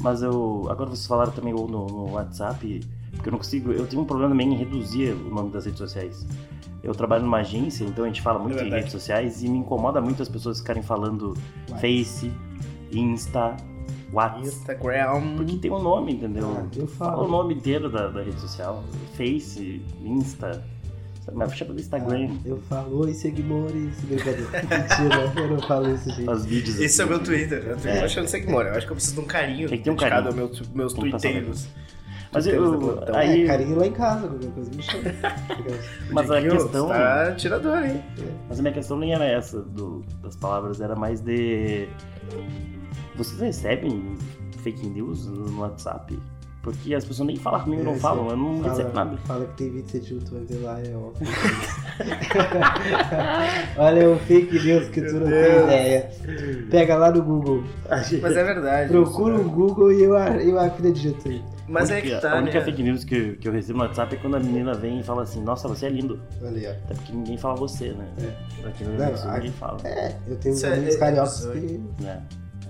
A: Mas eu. Agora vocês falaram também ou no, no WhatsApp, porque eu não consigo. Eu tenho um problema também em reduzir o nome das redes sociais. Eu trabalho numa agência, então a gente fala muito
C: É
A: em
C: verdade.
A: redes sociais e me incomoda muito as pessoas ficarem falando
B: Uai.
A: Face, Insta, WhatsApp.
C: Instagram.
A: Porque tem um nome, entendeu?
C: É.
B: Ah, eu
A: Fala o
B: falo.
A: nome inteiro da, da rede social. Face, Insta. sabe? Mas chama do Instagram.
B: ah, Eu falo, oi, seguidores. Brincadeira. [laughs] Mentira, eu não falo isso, gente.
A: Faz vídeos.
C: Esse é o
A: assim.
C: meu Twitter. Eu tô
A: É.
C: achando que mora. Eu acho que eu preciso de um carinho
A: Tem que ter um
C: dedicado
A: carinho.
C: aos meus, meus
A: Tem que passar
C: tuiteiros.
A: Mas eu-
C: Tuiteiros da plantão.
A: aí-
B: É, carinho lá em casa, qualquer coisa me chama.
A: [laughs] Mas a
C: Diguinho,
A: questão.
C: você Tá atirador, hein?
A: Mas a minha questão nem era essa do- das palavras, era mais de. Vocês recebem fake news no WhatsApp? Porque as pessoas nem falam comigo,
B: Eu
A: não
B: recebo.
A: falam, eu não recebo nada.
B: É, fala que tem 27 junto, vai ver lá, é óbvio. [laughs] Olha o fake news que tu
C: Meu
B: não tem
C: Deus.
B: ideia. Pega lá no Google.
C: Mas é
A: [laughs]
C: verdade.
B: [laughs] Procura
C: isso,
B: o Google e eu, eu acredito.
C: né? Mas
A: um a
C: é
A: única,
C: que tá,
A: A única
C: né?
A: fake news que, que eu recebo no WhatsApp é quando a menina vem e fala assim: Nossa, você é lindo.
B: Olha aí,
A: Até porque ninguém fala você, né? Aqui no
B: É. Não,
A: Rio do Sul
B: a-
A: ninguém fala.
B: ó. Eu tenho uns
C: Isso é-
B: amigos
C: é-
B: cariocas
C: é-
B: que.
A: né?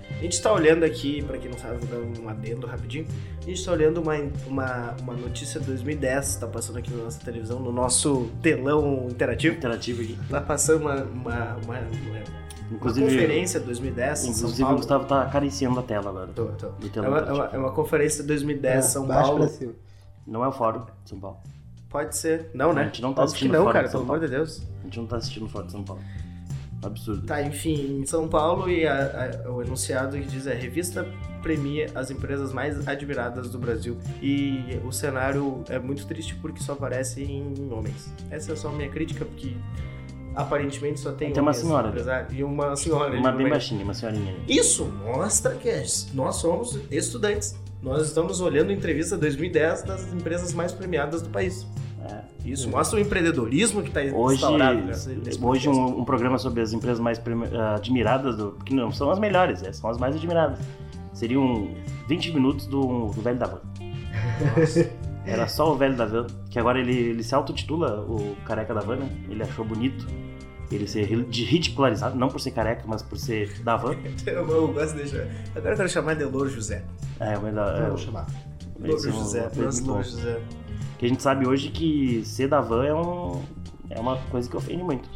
C: A gente tá olhando aqui, pra quem não sabe, vou dar um adendo rapidinho. A gente tá olhando uma, uma, uma notícia de 2010, tá passando aqui na nossa televisão, no nosso telão interativo.
A: Interativo aqui.
C: Tá passando uma, uma, uma, uma
A: Inclusive,
C: conferência 2010 em São
A: inclusive o
C: Paulo.
A: Gustavo tá acariciando a tela agora.
C: Tô, tô.
A: Do
C: É
A: telão
C: uma, é
A: interativo.
C: uma- é uma conferência 2010
B: Ah,
C: É, São
B: baixo
C: Paulo.
B: pra cima.
A: Não é o fórum de São Paulo.
C: Pode ser. Não, né?
A: A gente não tá
C: Óbvio que
A: assistindo
C: não,
A: fora
C: cara,
A: de São
C: pelo amor de Deus.
A: A gente não tá assistindo o fórum de São Paulo. Absurdo.
C: Tá, enfim, em São Paulo e a- a- o enunciado que diz a revista premia as empresas mais admiradas do Brasil e o cenário é muito triste porque só aparecem homens. Essa é só a minha crítica porque aparentemente só tem,
A: Tem uma
C: homens,
A: senhora.
C: apesar- e uma senhora. ali
A: Uma
C: no
A: bem
C: meio.
A: baixinha, uma senhorinha. ali.
C: Isso mostra que é, nós somos estudantes. Nós estamos olhando entrevista 2010 das empresas mais premiadas do país.
A: É.
C: Isso mostra o empreendedorismo que está
A: Hoje,
C: instaurado. nessa- nesse
A: hoje
C: contexto.
A: um, um programa sobre as empresas mais prime- ah, admiradas, do, que não são as melhores, é, são as um mais admiradas. Seriam 20 minutos do, do Velho da Van. [laughs] Era só o velho da van, que agora ele, ele se autotitula o careca da van, né? Ele achou bonito ele ser ridicularizado, não por ser careca, mas por ser da van.
C: Eu, eu gosto de deixar. Agora eu quero chamar de Louro José.
A: É, mas
B: Então,
A: é,
B: vou chamar.
C: Louro
A: esse é um
C: José,
A: apelido
C: nosso
A: muito
C: Louro
A: bom.
C: José.
A: Que a gente sabe hoje que ser da van é, um, é uma coisa que ofende muito.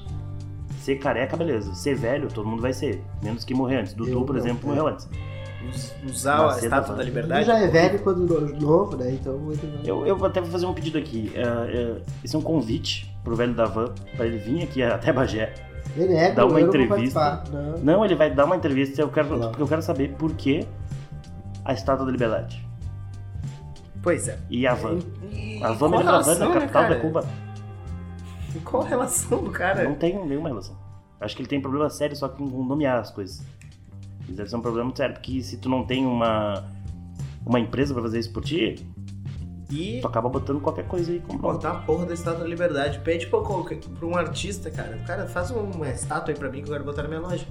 A: Ser careca, beleza. Ser velho, todo mundo vai ser. Menos que morrer antes. Dudu,
B: Eu
A: por
B: não,
A: exemplo,
B: é.
A: morreu antes.
C: Us- Usar
A: Mas
C: a
A: cedo
C: estátua
A: vai.
C: da
B: Ele
C: liberdade.
B: já é velho quando no- novo, né? Então muito bem.
A: Eu, eu vou até vou fazer um pedido aqui. É, é, esse é um convite pro velho da van, pra ele vir aqui até Bagé.
B: Ele é,
A: Dá uma
B: eu não vou
A: entrevista.
B: participar. Não.
A: Não, ele vai dar uma entrevista, eu quero,
B: Não.
A: porque eu quero saber por que a Estátua da Liberdade
C: Pois é.
A: e a van.
C: E-
A: A
C: e
A: van
C: qual
A: Milavan
C: relação,
A: na
C: né,
A: capital da
C: cara?
A: Cuba.
C: E Qual a relação do
A: Não
C: cara?
A: tem nenhuma relação. Acho que ele tem problema sério só com nomear as coisas. Isso deve ser um problema muito sério, porque se tu não tem uma, uma empresa pra fazer isso por ti,
C: E
A: tu acaba botando qualquer coisa aí como nome.
C: botar a porra da estátua da liberdade. Pede pra, qualquer- pra um artista, cara. Cara, faz um, uma estátua aí pra mim que eu quero botar na minha loja.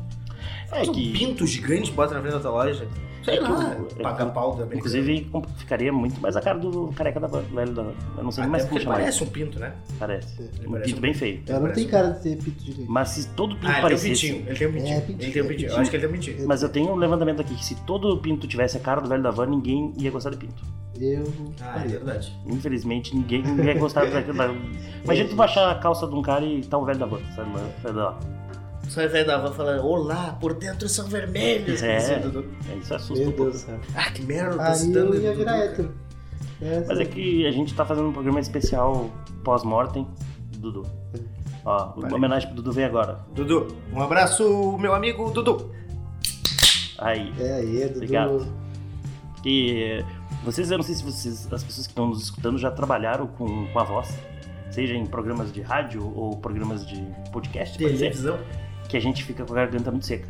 A: É
C: Faz um
A: que,
C: pinto gigante, bota na frente da tua loja. Sei
A: É que
C: lá,
A: o- é
C: paga
A: que-
C: pau também.
A: inclusive, com- ficaria muito mais a cara do careca da van. velho da van. Eu não sei nem mais como
C: porque
A: chamar
C: parece um pinto, né?
A: isso. Parece.
C: Ele
A: Um
C: parece
A: pinto bem feio.
B: Eu não
C: Parece
B: tenho
C: um-
B: cara de ser pito direito.
A: Mas se todo pinto
C: Ah, ele tem um
A: parecesse...
C: pintinho. Ele tem um pintinho.
B: É,
C: ele tem um
B: pintinho,
C: pintinho. Eu
B: pintinho.
C: acho que ele tem um pintinho.
A: Mas eu tenho um levantamento aqui que se todo pinto tivesse a cara do velho da van, ninguém ia gostar de pinto.
B: Eu não
C: Ah, é
B: faria.
C: verdade.
A: Infelizmente, ninguém, ninguém ia gostar daquele
C: [laughs]
A: da... Imagina tu baixar a calça de um cara e tá um velho da van, sabe? mano? Sei lá.
C: Só vai dar van falando, olá, por dentro são vermelhos.
A: É.
C: Assim, Dudu.
A: É, Isso assusta um
B: Meu
A: pouco.
B: Deus do céu.
C: Ah, que merda, tô
B: Aí
C: citando
B: eu ia
C: Dudu,
B: virar
C: cara.
B: hétero. É,
A: Mas é
B: sim.
A: que a gente tá fazendo um programa especial pós-mortem, Dudu. Ó, uma
C: Valeu.
A: homenagem pro Dudu vem agora.
C: Dudu, um abraço, meu amigo Dudu.
A: Aí.
B: É aí, Dudu.
A: Obrigado. E vocês, eu não sei se vocês, as pessoas que estão nos escutando já trabalharam com, com a voz, seja em programas de rádio ou programas de podcast,
C: é.
A: pode ser,
C: Televisão.
A: que a gente fica com a garganta muito seca.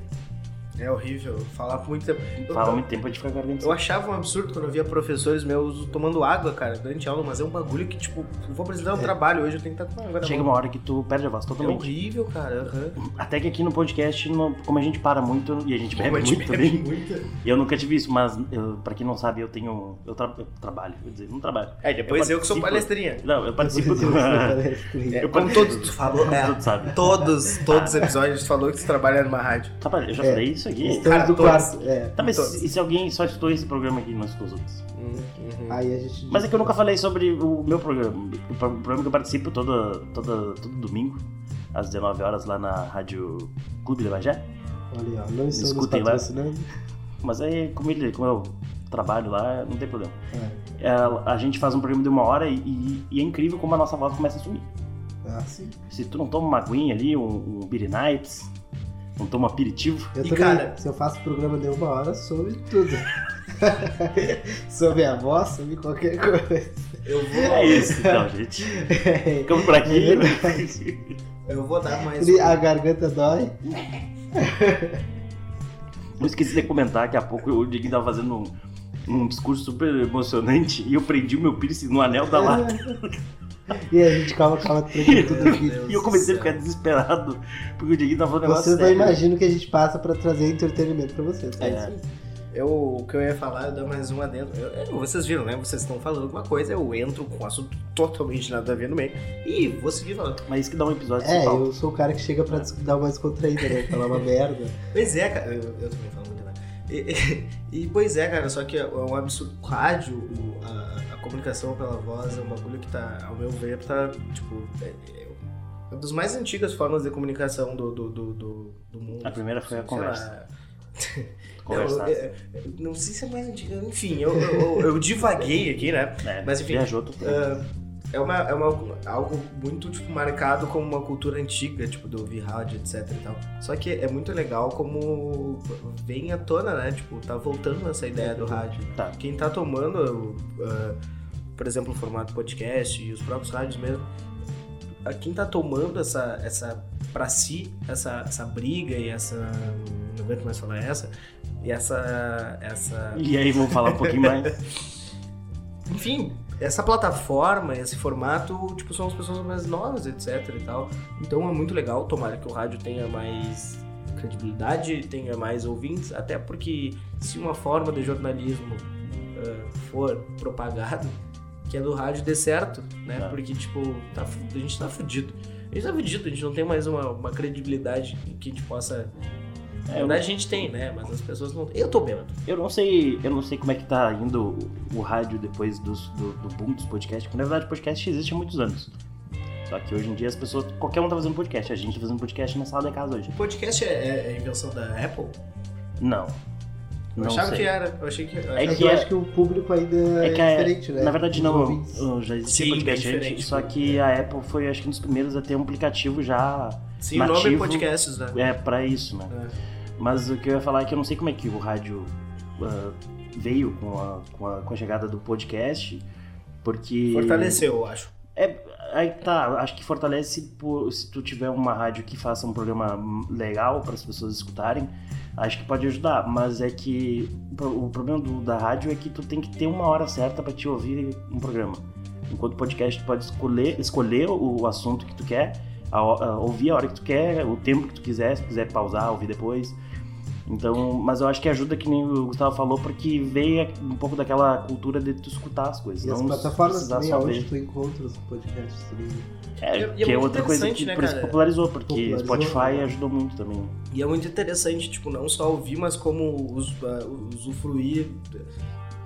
C: É horrível falar por muito tempo. Eu-
A: Fala muito tempo, a gente fica com a garganta
C: Eu
A: seca.
C: achava um absurdo quando eu via professores meus tomando água, cara, durante a aula, mas é um bagulho que, tipo, eu vou precisar do trabalho hoje, eu tenho que tá estar com água na
A: Chega
C: mão.
A: uma hora que tu perde a voz
C: É
A: totalmente.
C: horrível, cara. aham.
A: Até que aqui no podcast, no- como a gente para muito e a gente bebe
C: Mas
A: muito
C: bebe
A: também,
C: É muito.
A: Eu nunca tive isso, mas eu, pra quem não sabe, eu tenho. Eu, tra- eu trabalho, quer dizer, não trabalho.
C: É, depois
A: Eu
C: eu, que sou
A: participo.
C: palestrinha.
A: Não, eu
B: [laughs]
A: participo
B: Depois
A: do.
B: eu parece que-
C: É,
A: Eu
C: como
A: participo.
C: todos tu
A: [laughs]
C: falou, é,
A: Tu sabe.
C: todos, todos os episódios tu falou que tu trabalha numa rádio.
A: Tá, eu já
B: É.
A: falei isso aqui.
B: Estamos do
C: Cara,
B: quarto. É.
A: Tá, mas
C: Todos.
A: e se alguém só estudou esse programa aqui e não estudou os outros?
C: Uhum,
B: Aí a gente.
A: Mas é que eu nunca falei sobre o meu programa. O pro- programa que eu participo toda, toda, todo domingo, às 19 horas lá na Rádio Clube de Bagé.
B: Olha, ó, não estou nos
A: Escutem lá.
B: patrocinando.
A: Mas aí, como, ele, como eu trabalho lá, não tem problema.
B: É.
A: É, a gente faz um programa de uma hora e, e- e é incrível como a nossa voz começa a sumir.
B: Ah, sim.
A: Se tu não toma uma aguinha ali, um, um Beer Nights, não toma aperitivo,
B: Eu
C: E,
B: também,
C: cara-
B: se eu faço programa de uma hora, sobre tudo. [laughs] sobre a voz, sobre qualquer coisa.
C: Eu
A: é
C: vou,
A: isso
C: [laughs]
A: então, gente. Ficamos por
C: É
A: aqui.
C: eu vou dar mais. um.
B: Ele- a garganta dói.
A: [laughs] Não esqueci de comentar que há pouco o Diguinho tava fazendo um, um discurso super emocionante e eu prendi o meu piercing no anel da
C: [laughs]
A: lata.
B: [laughs] E a gente calma, calma, tranquilo, tudo aqui.
A: E eu comecei a ficar desesperado porque o Diguinho tava falando um negócio
B: Vocês não
A: sério.
B: imaginam o que a gente passa pra trazer entretenimento pra vocês. tá?
A: É.
B: Isso.
C: Eu, o que eu ia falar, eu dou mais um adendo. Eu- eu- vocês viram, né? Vocês estão falando alguma coisa, eu entro com um assunto totalmente nada a ver no meio e vou seguir falando.
A: Mas isso que dá um episódio
B: É,
A: sem pauta.
B: eu sou o cara que chega pra des- dar uma descontraída, né? Falar uma merda.
C: Pois é, cara. Eu, eu também falo muito, né? E, e- pois é, cara, só que é um absurdo. O rádio, o- a, a comunicação pela voz é um bagulho que tá, ao meu ver, tá, tipo, é, é uma das mais antigas formas de comunicação do, do, do, do- do mundo.
A: A primeira foi a
C: Sei
A: conversa.
C: lá,
A: Conversar.
C: Não, eu- eu- não sei se é mais antiga. Enfim, eu, eu, eu divaguei aqui, né?
A: É,
C: mas enfim.
A: Viajou tudo.
C: Ah, é uma, é uma, algo muito tipo, marcado como uma cultura antiga, tipo, do ouvir rádio, etc e tal. Só que é muito legal como vem à tona, né? Tipo, tá voltando essa ideia do rádio.
A: Tá.
C: Quem tá tomando, ah, por exemplo, o formato podcast e os próprios rádios mesmo, ah, quem tá tomando essa, essa pra si, essa, essa briga e essa... Não aguento mais falar essa. E essa... essa
A: E aí vamos falar um pouquinho mais.
C: enfim, essa plataforma, esse formato, tipo, são as pessoas mais novas, etc e tal. Então é muito legal, tomara que o rádio tenha mais credibilidade, tenha mais ouvintes, até porque se uma forma de jornalismo eh, for propagado, ah, que é do rádio dê certo, né? Porque, tipo, tá fu- a gente tá fudido. A gente tá fudido, a gente não tem mais uma, uma credibilidade que a gente possa. Na
A: É, eu-
C: verdade, a gente tem, né? Mas as pessoas não. Eu tô bêbado.
A: Eu não sei, eu não sei como é que tá indo o- o rádio depois dos- do, do boom dos podcasts, porque na verdade o podcast existe há muitos anos. Só que hoje em dia as pessoas. Qualquer um tá fazendo podcast. A gente tá fazendo podcast na sala da casa hoje.
C: O podcast é, é- é invenção da Apple?
A: Não.
C: Eu
A: Não
C: achava
A: sei.
C: que era. Eu achei que. eu
A: É
C: achava-
A: que
B: eu
A: é-
B: acho que o público ainda
A: É
B: é,
A: que a-
B: diferente, né?
A: Na verdade,
B: Os
A: não.
B: ouvintes.
A: Já existia
C: Sim,
A: podcast
C: bem
A: antes,
C: diferente, né?
A: só que a Apple foi, acho que, um dos primeiros a ter um aplicativo já
C: Sim, o nome
A: nativo.
C: é podcasts, né?
A: é para isso, né? Mas o que eu ia falar é que eu não sei como é que o rádio ah, veio com a, com, a, com a chegada do podcast, porque.
C: É. Fortaleceu, eu acho.
A: Aí que tá, acho que fortalece por- se tu tiver uma rádio que faça um programa legal para as pessoas escutarem, acho que pode ajudar, mas é que pro- o problema do- da rádio é que tu tem que ter uma hora certa para te ouvir um programa. Enquanto podcast tu pode escolher, escolher o o assunto que tu quer, a ho- a ouvir a hora que tu quer, o tempo que tu quiser, se quiser pausar, ouvir depois. Então, mas eu acho que ajuda que nem o Gustavo falou, porque veio um pouco daquela cultura de tu escutar as coisas,
B: E as
A: não
B: plataformas
A: precisar
B: também, é
A: só ver.
B: onde tu encontra os podcasts também. né?
A: É,
C: E é- e é
A: que é
C: muito
A: outra coisa que
C: interessante, né,
A: por isso
C: cara?
A: popularizou, porque
B: Popularizou,
A: Spotify
B: né?
A: ajudou muito também.
C: E é muito interessante, tipo, não só ouvir, mas como us- ah, usufruir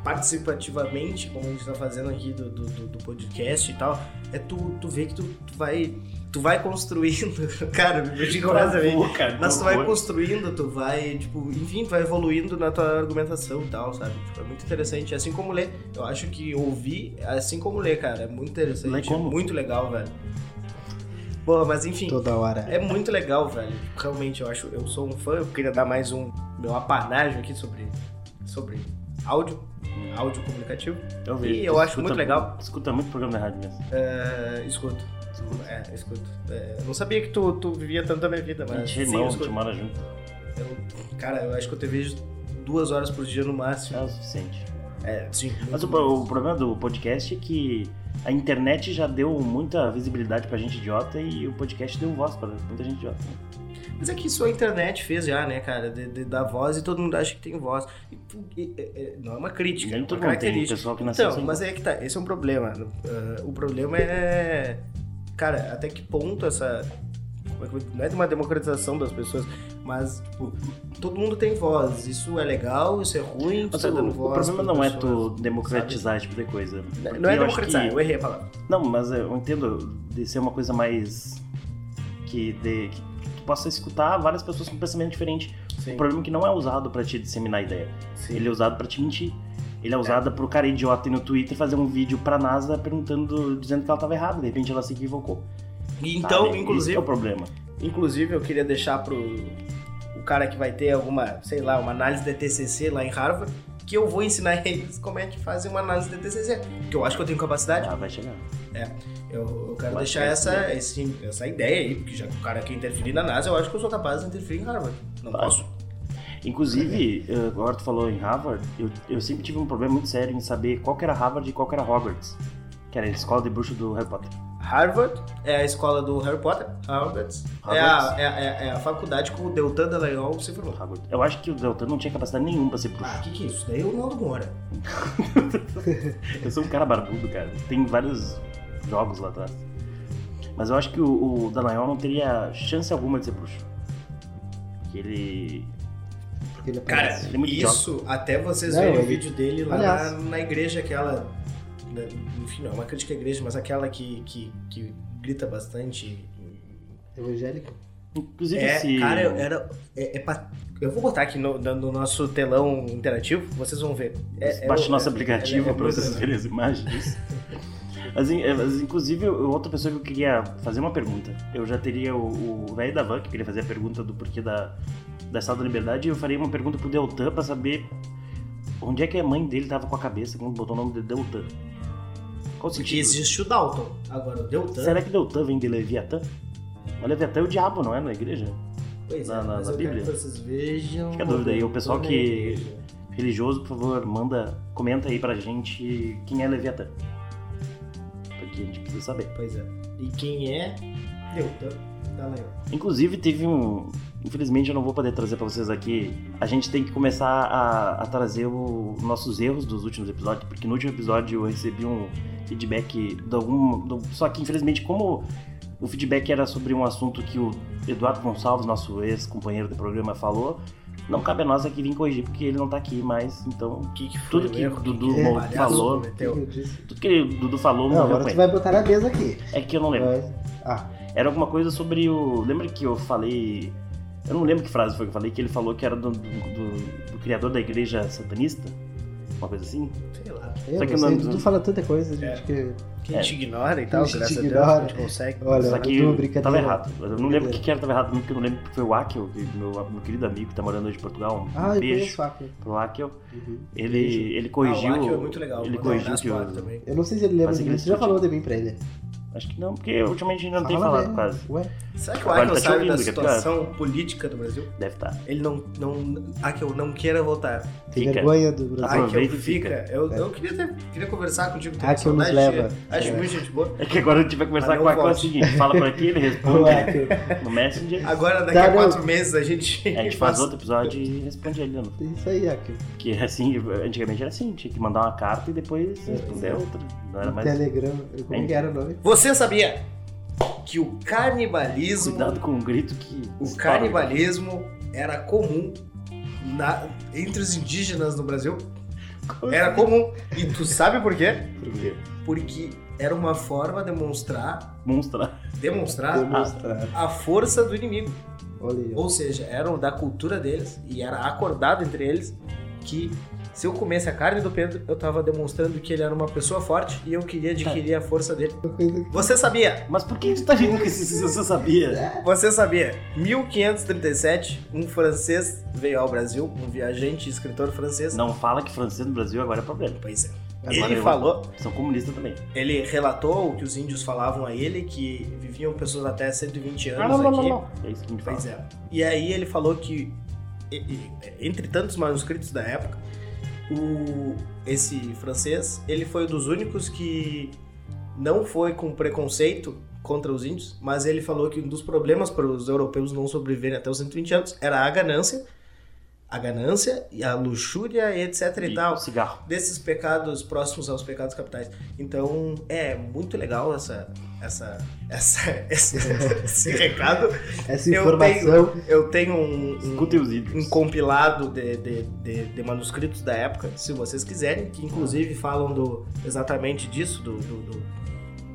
C: participativamente, como a gente tá fazendo aqui do, do, do- do podcast e tal. É tu, tu vê que tu, tu vai. Tu vai construindo. [laughs] cara, eu digo honestamente. Mas tu vai construindo, tu vai, tipo, enfim, tu vai evoluindo na tua argumentação e tal, sabe? Tipo, é muito interessante. Assim como ler, eu acho que ouvir, assim como ler, cara, é muito interessante.
A: Lê
C: É
A: como?
C: muito legal, velho. Porra, mas enfim.
B: Toda hora.
C: É muito legal, velho. Realmente, eu acho. Eu sou um fã, eu queria dar mais um meu apanágio aqui sobre, sobre áudio, áudio comunicativo.
A: Eu
C: E eu
A: Tu
C: acho
A: escuta-
C: muito legal.
A: Escuta muito programa na rádio mesmo.
C: É, escuto. É, escuto. É, eu não sabia que tu, tu vivia tanto da minha vida,
A: a
C: mas.
A: gente
C: Sim,
A: é
C: eu
A: irmão, a gente
C: escuto.
A: mora junto.
C: Eu- cara, eu acho que eu te vejo duas horas por dia no
A: É
C: máximo.
A: o suficiente.
C: É, sim.
A: Mas
C: muito
A: o,
C: mais.
A: pro- o problema do podcast é que a internet já deu muita visibilidade pra gente idiota e o podcast deu voz pra muita gente idiota.
C: Mas é que isso a internet fez já, né, cara? De, de, da voz e todo mundo acha que tem voz. E, pu- e- e- e- não é uma crítica, é
A: Nem
C: uma
A: todo mundo tem
C: característica.
A: pessoal que nasceu
C: Então,
A: sem
C: mas é que tá, esse é um problema. Ah, o problema é. Cara, até que ponto essa. como é que eu vou- Não é de uma democratização das pessoas, mas, tipo, todo mundo tem voz. Isso é legal, isso é ruim, tu
A: Mas
C: tá
A: o,
C: dando
A: o
C: voz.
A: problema
C: pras
A: não é
C: pessoas.
A: tu democratizar esse tipo de coisa. porque
C: Não é
A: eu acho que-
C: democratizar, eu errei a palavra.
A: Não, mas eu entendo de ser uma coisa mais. que, de, que tu possa escutar várias pessoas com pensamento diferente. O problema é que não é usado pra te disseminar ideia.
C: Sim.
A: Ele é usado pra te mentir. Ele é usado pro cara idiota ir no Twitter fazer um vídeo pra NASA perguntando, dizendo que ela tava errada. De repente ela se equivocou.
C: E Então,
A: sabe? Esse
C: inclusive,
A: é o problema.
C: Inclusive, eu queria deixar pro o cara que vai ter alguma, sei lá, uma análise de TCC lá em Harvard, que eu vou ensinar [laughs] eles como é que fazem uma análise de TCC, que eu acho que eu tenho capacidade.
A: Ah, vai chegar.
C: Eu, eu quero
A: Mas
C: deixar
A: é
C: essa, esse- essa ideia aí, porque já que o cara quer interferir na NASA, eu acho que eu sou capaz de interferir em Harvard. Não
A: Tá.
C: posso.
A: Inclusive, eh, agora tu falou em Harvard, eu, eu sempre tive um problema muito sério em saber qual que era Harvard e qual que era Hogwarts. Que era a escola de bruxo do Harry Potter.
C: Harvard é a escola do Harry Potter, Harvard é a, é, a- é, a- é a faculdade que o Deltan Dallagnol se formou.
A: Hogwarts. Eu acho que o Deltan não tinha capacidade nenhuma pra ser bruxo.
C: Ah, o que, que é isso? Daí o Nando Moura.
A: Eu sou um cara barbudo, cara. Tem vários jogos lá atrás. Mas eu acho que o, o Dallagnol não teria chance alguma de ser bruxo. Que ele.
B: Porque ele
C: Cara,
B: aparece.
A: Ele é muito
C: isso até vocês
B: Não,
C: verem o
B: ele-
C: vídeo dele lá na,
B: Aliás.
C: na igreja, aquela. né, Enfim, não é uma crítica à igreja, mas aquela que, que, que grita bastante.
B: evangélico. né?
A: Inclusive,
C: É,
A: se.
C: cara, eu- era. É, é pa- Eu vou botar aqui no, no- no nosso telão interativo, vocês vão ver. É, é
A: Baixa
C: o-
A: o nosso
C: é-
A: aplicativo
C: é- é
A: pra vocês verem as imagens. Mas, in- é, mas, inclusive, eu- outra pessoa que eu queria fazer uma pergunta. Eu já teria o, o velho da Van, que queria fazer a pergunta do porquê da, da Estado da Liberdade, e eu faria uma pergunta pro Deltan pra saber onde é que a mãe dele tava com a cabeça quando botou o nome de Deltan. Qual o
C: Porque
A: sentido?
C: existe o Dalton. Agora, o Deltan.
A: Será que Deltan vem de Leviatã? Mas Leviatã é o diabo, não é? Na igreja?
C: Pois é,
A: na- na-
C: mas
A: na
C: eu quero
A: Bíblia?
C: que vocês vejam.
A: Fica a dúvida aí, o pessoal
C: Dalton
A: que-
C: na igreja.
A: Religioso, por favor, manda, comenta aí pra gente quem é Leviatã. Porque a gente precisa saber.
C: Pois é. E quem é? Deltan Dallagnol.
A: Inclusive, teve um. Infelizmente eu não vou poder trazer para vocês aqui. A gente tem que começar a, a trazer os nossos erros dos últimos episódios, porque no último episódio eu recebi um feedback de algum. do- só que infelizmente, como o feedback era sobre um assunto que o Eduardo Gonçalves, nosso ex-companheiro do programa, falou, não cabe a nós aqui vir corrigir, porque ele não tá aqui mais, então.
C: Que que foi
A: Tudo
C: o
A: que
C: erro?
A: Dudu
C: Que que
B: Mo-
C: palhaço
A: falou.
B: O que
C: cometeu?
B: eu disse?
A: Tudo que o Dudu falou
B: Não,
A: morreu
B: agora
A: com
B: tu
A: ele.
B: vai botar na mesa aqui.
A: É que eu não lembro.
B: Mas- Ah,
A: Era alguma coisa sobre o. Lembra que eu falei. Eu não lembro que frase foi que eu falei, que ele falou que era do, do, do- do criador da igreja satanista? Uma coisa assim?
C: Sei lá.
B: eu
A: Só que
B: não sei,
A: não-
B: Dudu fala tanta coisa, gente,
C: É.
B: que...
C: Que
A: É.
C: a gente ignora né? e tal,
B: A gente
C: graças a Deus,
B: ignora.
C: a gente consegue.
B: Olha,
A: Só
B: Dudu,
A: que eu
B: brincadeira.
A: tava errado. Mas Eu não lembro o
B: Brincadeira.
A: que que era, tava errado mesmo, porque eu não lembro que foi o Akel, que meu, meu querido amigo que tá morando hoje em Portugal. Um
B: Ah, eu
A: beijo
B: conheço o Aker.
A: pro Akel.
B: Uhum. Beijo.
A: Ele, ele
C: Ah,
A: corrigiu.
C: o Akio é muito legal.
A: Ele
C: Mandar um
A: corrigiu
C: abraço
A: que
C: pro Akio
A: eu.
C: também.
B: Eu não sei se ele lembra
A: Mas
B: de
A: ele
B: mim. Você já
A: discutiu.
B: falou de mim pra ele?
A: Acho que não, porque ultimamente a gente tipo não tem
B: Fala
A: falado
B: dele.
A: quase.
B: Ué?
C: Será que o
A: Agora
C: Akio
A: tá te
C: sabe
A: ouvindo,
C: da
A: que é
C: situação política do Brasil?
A: Deve tá. estar.
C: Ele não. não Akio, não queira voltar.
B: Tem
A: Fica. Ah.
B: vergonha do Brasil.
A: Aproveita
C: Akio,
A: e fica.
C: fica. Eu, eu queria, ter- queria conversar contigo. tenho
B: Akio nos
C: saudade de-
B: leva.
C: Acho
B: É.
C: muito gente boa.
A: É que agora a gente vai conversar
C: Mas não
A: com o Akel é o
C: volte.
A: seguinte: fala por
B: [laughs]
A: aqui, ele
B: O
A: responde
B: Aker.
A: no Messenger.
C: Agora, daqui a
B: Tá, não.
C: quatro meses, a gente.
A: A gente
C: [laughs]
A: faz outro episódio e responde ele, né?
B: É Isso aí, Aker.
A: Porque assim, antigamente era assim, tinha que mandar uma carta e depois responder
B: é.
A: outra. Não era mais.
B: Telegrama. Como que era o nome?
C: Você sabia que o canibalismo.
A: Cuidado com o grito que.
C: O
A: estoura.
C: canibalismo era comum na- entre os indígenas no Brasil. Era comum. E tu sabe por quê?
A: Por quê?
C: Porque era uma forma de demonstrar,
A: Monstro. né?
C: demonstrar
B: Demonstrar.
C: a força do inimigo.
B: Olha aí. ó.
C: Ou seja, eram da cultura deles e era acordado entre eles que se eu comesse a carne do Pedro, eu tava demonstrando que ele era uma pessoa forte e eu queria adquirir a força dele. Você sabia
A: Mas por que tu tá vindo com isso se você sabia?
C: Você sabia? 1537, um francês veio ao Brasil, um viajante e escritor francês.
A: Não fala que francês no Brasil agora é problema.
C: Pois é.
A: Agora
C: ele
A: eu-
C: falou,
A: São comunistas também.
C: ele relatou o que os índios falavam a ele, que viviam pessoas até 120 anos aqui.
A: É isso que a gente fala.
C: Pois é. E aí ele falou que, e- e- entre tantos manuscritos da época, o, esse francês, ele foi um dos únicos que não foi com preconceito contra os índios, mas ele falou que um dos problemas para os europeus não sobreviverem até os 120 anos era a ganância, a ganância e a luxúria, e etc e
A: E
C: tal
A: Cigarro.
C: desses pecados próximos aos pecados capitais. Então, é muito legal essa essa essa [laughs] esse, esse recado.
B: Essa
C: Eu
B: informação.
C: Eu tenho um, um,
A: Escutem os ídolos.
C: um compilado de, de, de- de manuscritos da época, se vocês quiserem, que inclusive falam do exatamente disso, do, do- do-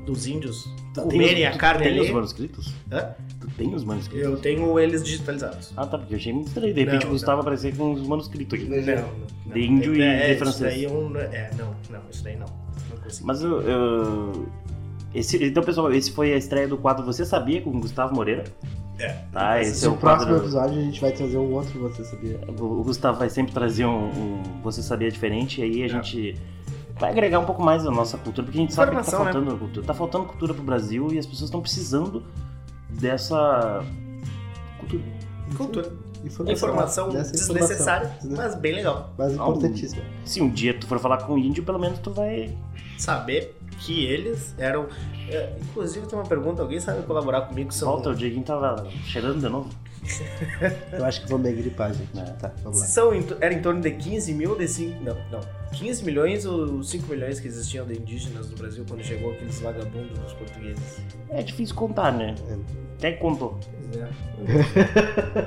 C: dos índios
A: Tu
C: comerem
A: Tá, tem-
C: a
A: tu
C: carne
A: Tem os
C: ali.
A: manuscritos?
C: Hã?
A: Tu tem os manuscritos?
C: Eu tenho eles digitalizados.
A: Ah, tá, porque eu achei muito estranho. De repente
C: Não,
A: o Gustavo aparecer com os manuscritos aqui.
C: não.
A: De índio e
C: É,
A: de
C: isso
A: francês.
C: daí é um- é, não, não, isso daí não. Não consigo.
A: Mas eu. eu- Esse, então, pessoal, esse foi a estreia do quadro Você Sabia com o Gustavo Moreira.
C: É.
A: Tá, esse é
B: No
A: o
B: próximo
A: quadro.
B: episódio a gente vai trazer um outro, você sabia?
A: O Gustavo vai sempre trazer um, um Você Sabia diferente, e aí a
C: É.
A: gente vai agregar um pouco mais a nossa cultura, porque a gente sabe que tá
C: Informação, né?
A: faltando cultura. Tá faltando cultura pro Brasil e as pessoas estão precisando dessa cultura.
C: Cultura.
B: Informação,
C: Informação
B: dessa
C: desnecessária,
B: é informação, né?
C: mas bem legal.
B: Mas
A: Não.
B: importantíssima.
A: Se um dia tu for falar com um índio, pelo menos tu vai.
C: Saber que eles eram. é, inclusive, tem uma pergunta: alguém sabe colaborar comigo? São,
A: Volta, o Dieguinho tava cheirando de novo.
B: Eu acho que vou me gripar, gente.
A: É.
B: Tá, vamos lá.
C: são em to- era em torno de 15 mil, de 5. Não, não. 15 milhões ou 5 milhões que existiam de indígenas no Brasil quando chegou aqueles vagabundos dos portugueses?
A: É difícil contar, né? Quem é que contou?
C: Pois é.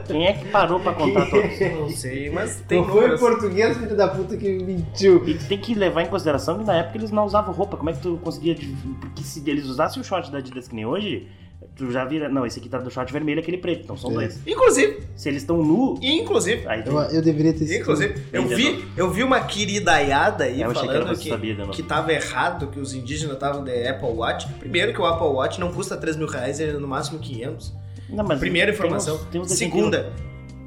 A: Quem é que parou pra
C: [laughs]
A: contar todos?
C: Não sei, mas tem
B: Qual foi o
C: números.
B: português, filho da puta, que mentiu?
A: E tu tem que levar em consideração que na época eles não usavam roupa. Como é que tu conseguia. de- Porque se eles usassem o short da Adidas que nem hoje, tu já vira. Não, esse aqui tá do short vermelho e aquele preto. Então são
B: É.
A: dois.
C: Inclusive,
A: Se eles estão nu,
C: inclusive.
A: aí tu.
B: Eu, eu deveria ter sido.
C: Inclusive, eu vi, eu vi uma queridaiada aí
A: Aí É, eu achei que era
C: falando
A: você
C: que,
A: sabia, né?
C: que tava errado, que os indígenas estavam de Apple Watch. Primeiro que o Apple Watch não custa 3 mil reais, ele é no máximo 500.
A: Não, mas
C: Primeira
A: tem
C: informação.
A: uns- tem uns
C: Segunda,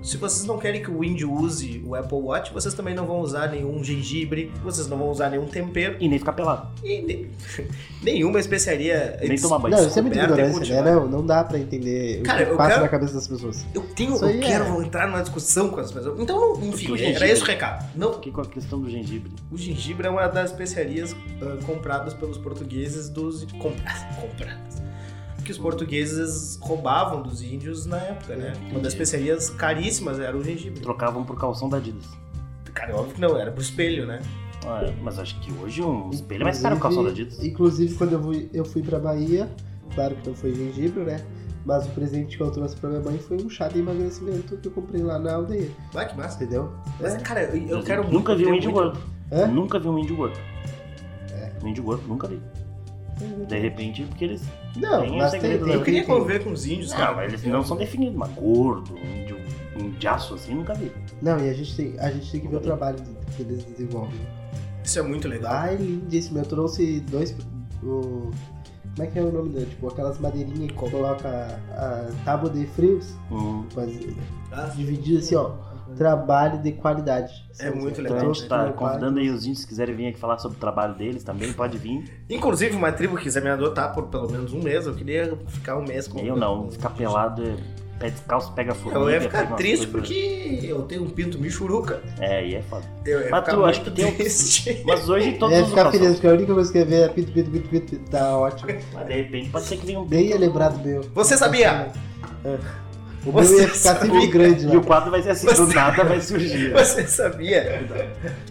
C: se vocês não querem que o índio use o Apple Watch, vocês também não vão usar nenhum gengibre, vocês não vão usar nenhum tempero
A: E nem ficar pelado.
C: e ne- [laughs] nenhuma especiaria.
A: Nem tomar banho.
B: Não, isso é
C: descoberta
B: muita
C: e
B: ignorância, né?
C: cultivada.
B: Não, não dá pra entender
C: Cara,
B: o que
C: eu
B: passa
C: quero-
B: na cabeça das pessoas.
C: Eu tenho,
B: Isso
C: eu
B: aí é-
C: quero entrar numa discussão com as pessoas. Então, enfim,
A: o gengibre?
C: era esse o recado. Não,
A: Porque com a questão do gengibre.
C: O gengibre é uma das especiarias ah, compradas pelos portugueses dos compradas, compradas que os portugueses roubavam dos índios na época, né? Uma das especiarias caríssimas era o gengibre.
A: Trocavam por calção da Adidas.
C: Cara, óbvio que não, era pro espelho, né?
A: Ah, mas acho que hoje um espelho é mais caro que o calção da Adidas.
B: Inclusive, quando eu fui, eu fui pra Bahia, claro que não foi gengibre, né? Mas o presente que eu trouxe pra minha mãe foi um chá de emagrecimento que eu comprei lá na aldeia,
C: Vai que massa.
B: entendeu?
C: Mas, cara, eu, eu
A: Mas
C: quero muito.
A: É. Nunca vi
C: ter
A: um índio
C: muito-
A: gordo.
B: Hã?
A: Nunca vi um índio gordo.
C: É.
A: Um índio gordo, nunca vi. De repente, porque eles.
B: Não,
A: Tem um
B: mas tem,
A: segredo,
B: tem,
A: né?
C: Eu queria
B: tem- tem-
C: conviver com os índios, cara.
A: Não, eles não são definidos, mas gordo, um índio, um indiaço assim, nunca vi.
C: um
B: Não, e a gente tem, a gente tem que ver o
A: um
B: trabalho de- que eles desenvolvem.
C: Isso é muito
A: Ah,
C: legal.
B: Ai, lindíssimo. Eu trouxe dois. O, como é que é o nome dele? Tipo, aquelas madeirinhas que coloca a, a tábua de frios,
A: Hum,
B: mas
C: Ah,
B: dividido assim, ó. Trabalho de qualidade.
C: É muito
A: então a
C: legal,
A: gente tá convidando aí os índios se quiserem vir aqui falar sobre o trabalho deles também, pode vir.
C: Inclusive, uma tribo que quiser me adotar por pelo menos um mês, eu queria ficar um mês com Então,
A: Eu não, ficar pelado é pé descalço, pega formiga.
C: Eu ia
A: pega
C: ficar
A: umas
C: triste
A: coisas.
C: porque eu tenho um pinto michuruca.
A: É, e é foda.
C: Eu ia
A: Mas
C: ficar
A: tu, acho
C: muito
A: que tem um-
C: triste.
A: [laughs] Mas
B: [laughs]
A: hoje todos
B: É
A: os
B: ficar
A: calçados.
B: feliz, porque a única coisa que eu ia ver é pito, pito, pito, pito, pito. Tá ótimo.
A: assim, Mas de repente pode ser que venha um
B: Bem ia
A: [laughs]
B: lembrar do meu.
C: [laughs] Você sabia?
B: O meu
C: Você
B: ia ficar sempre
C: sabia?
B: grande
A: E
B: lá.
A: o quadro vai ser assim, do nada
B: [laughs]
A: vai surgir.
C: Você sabia?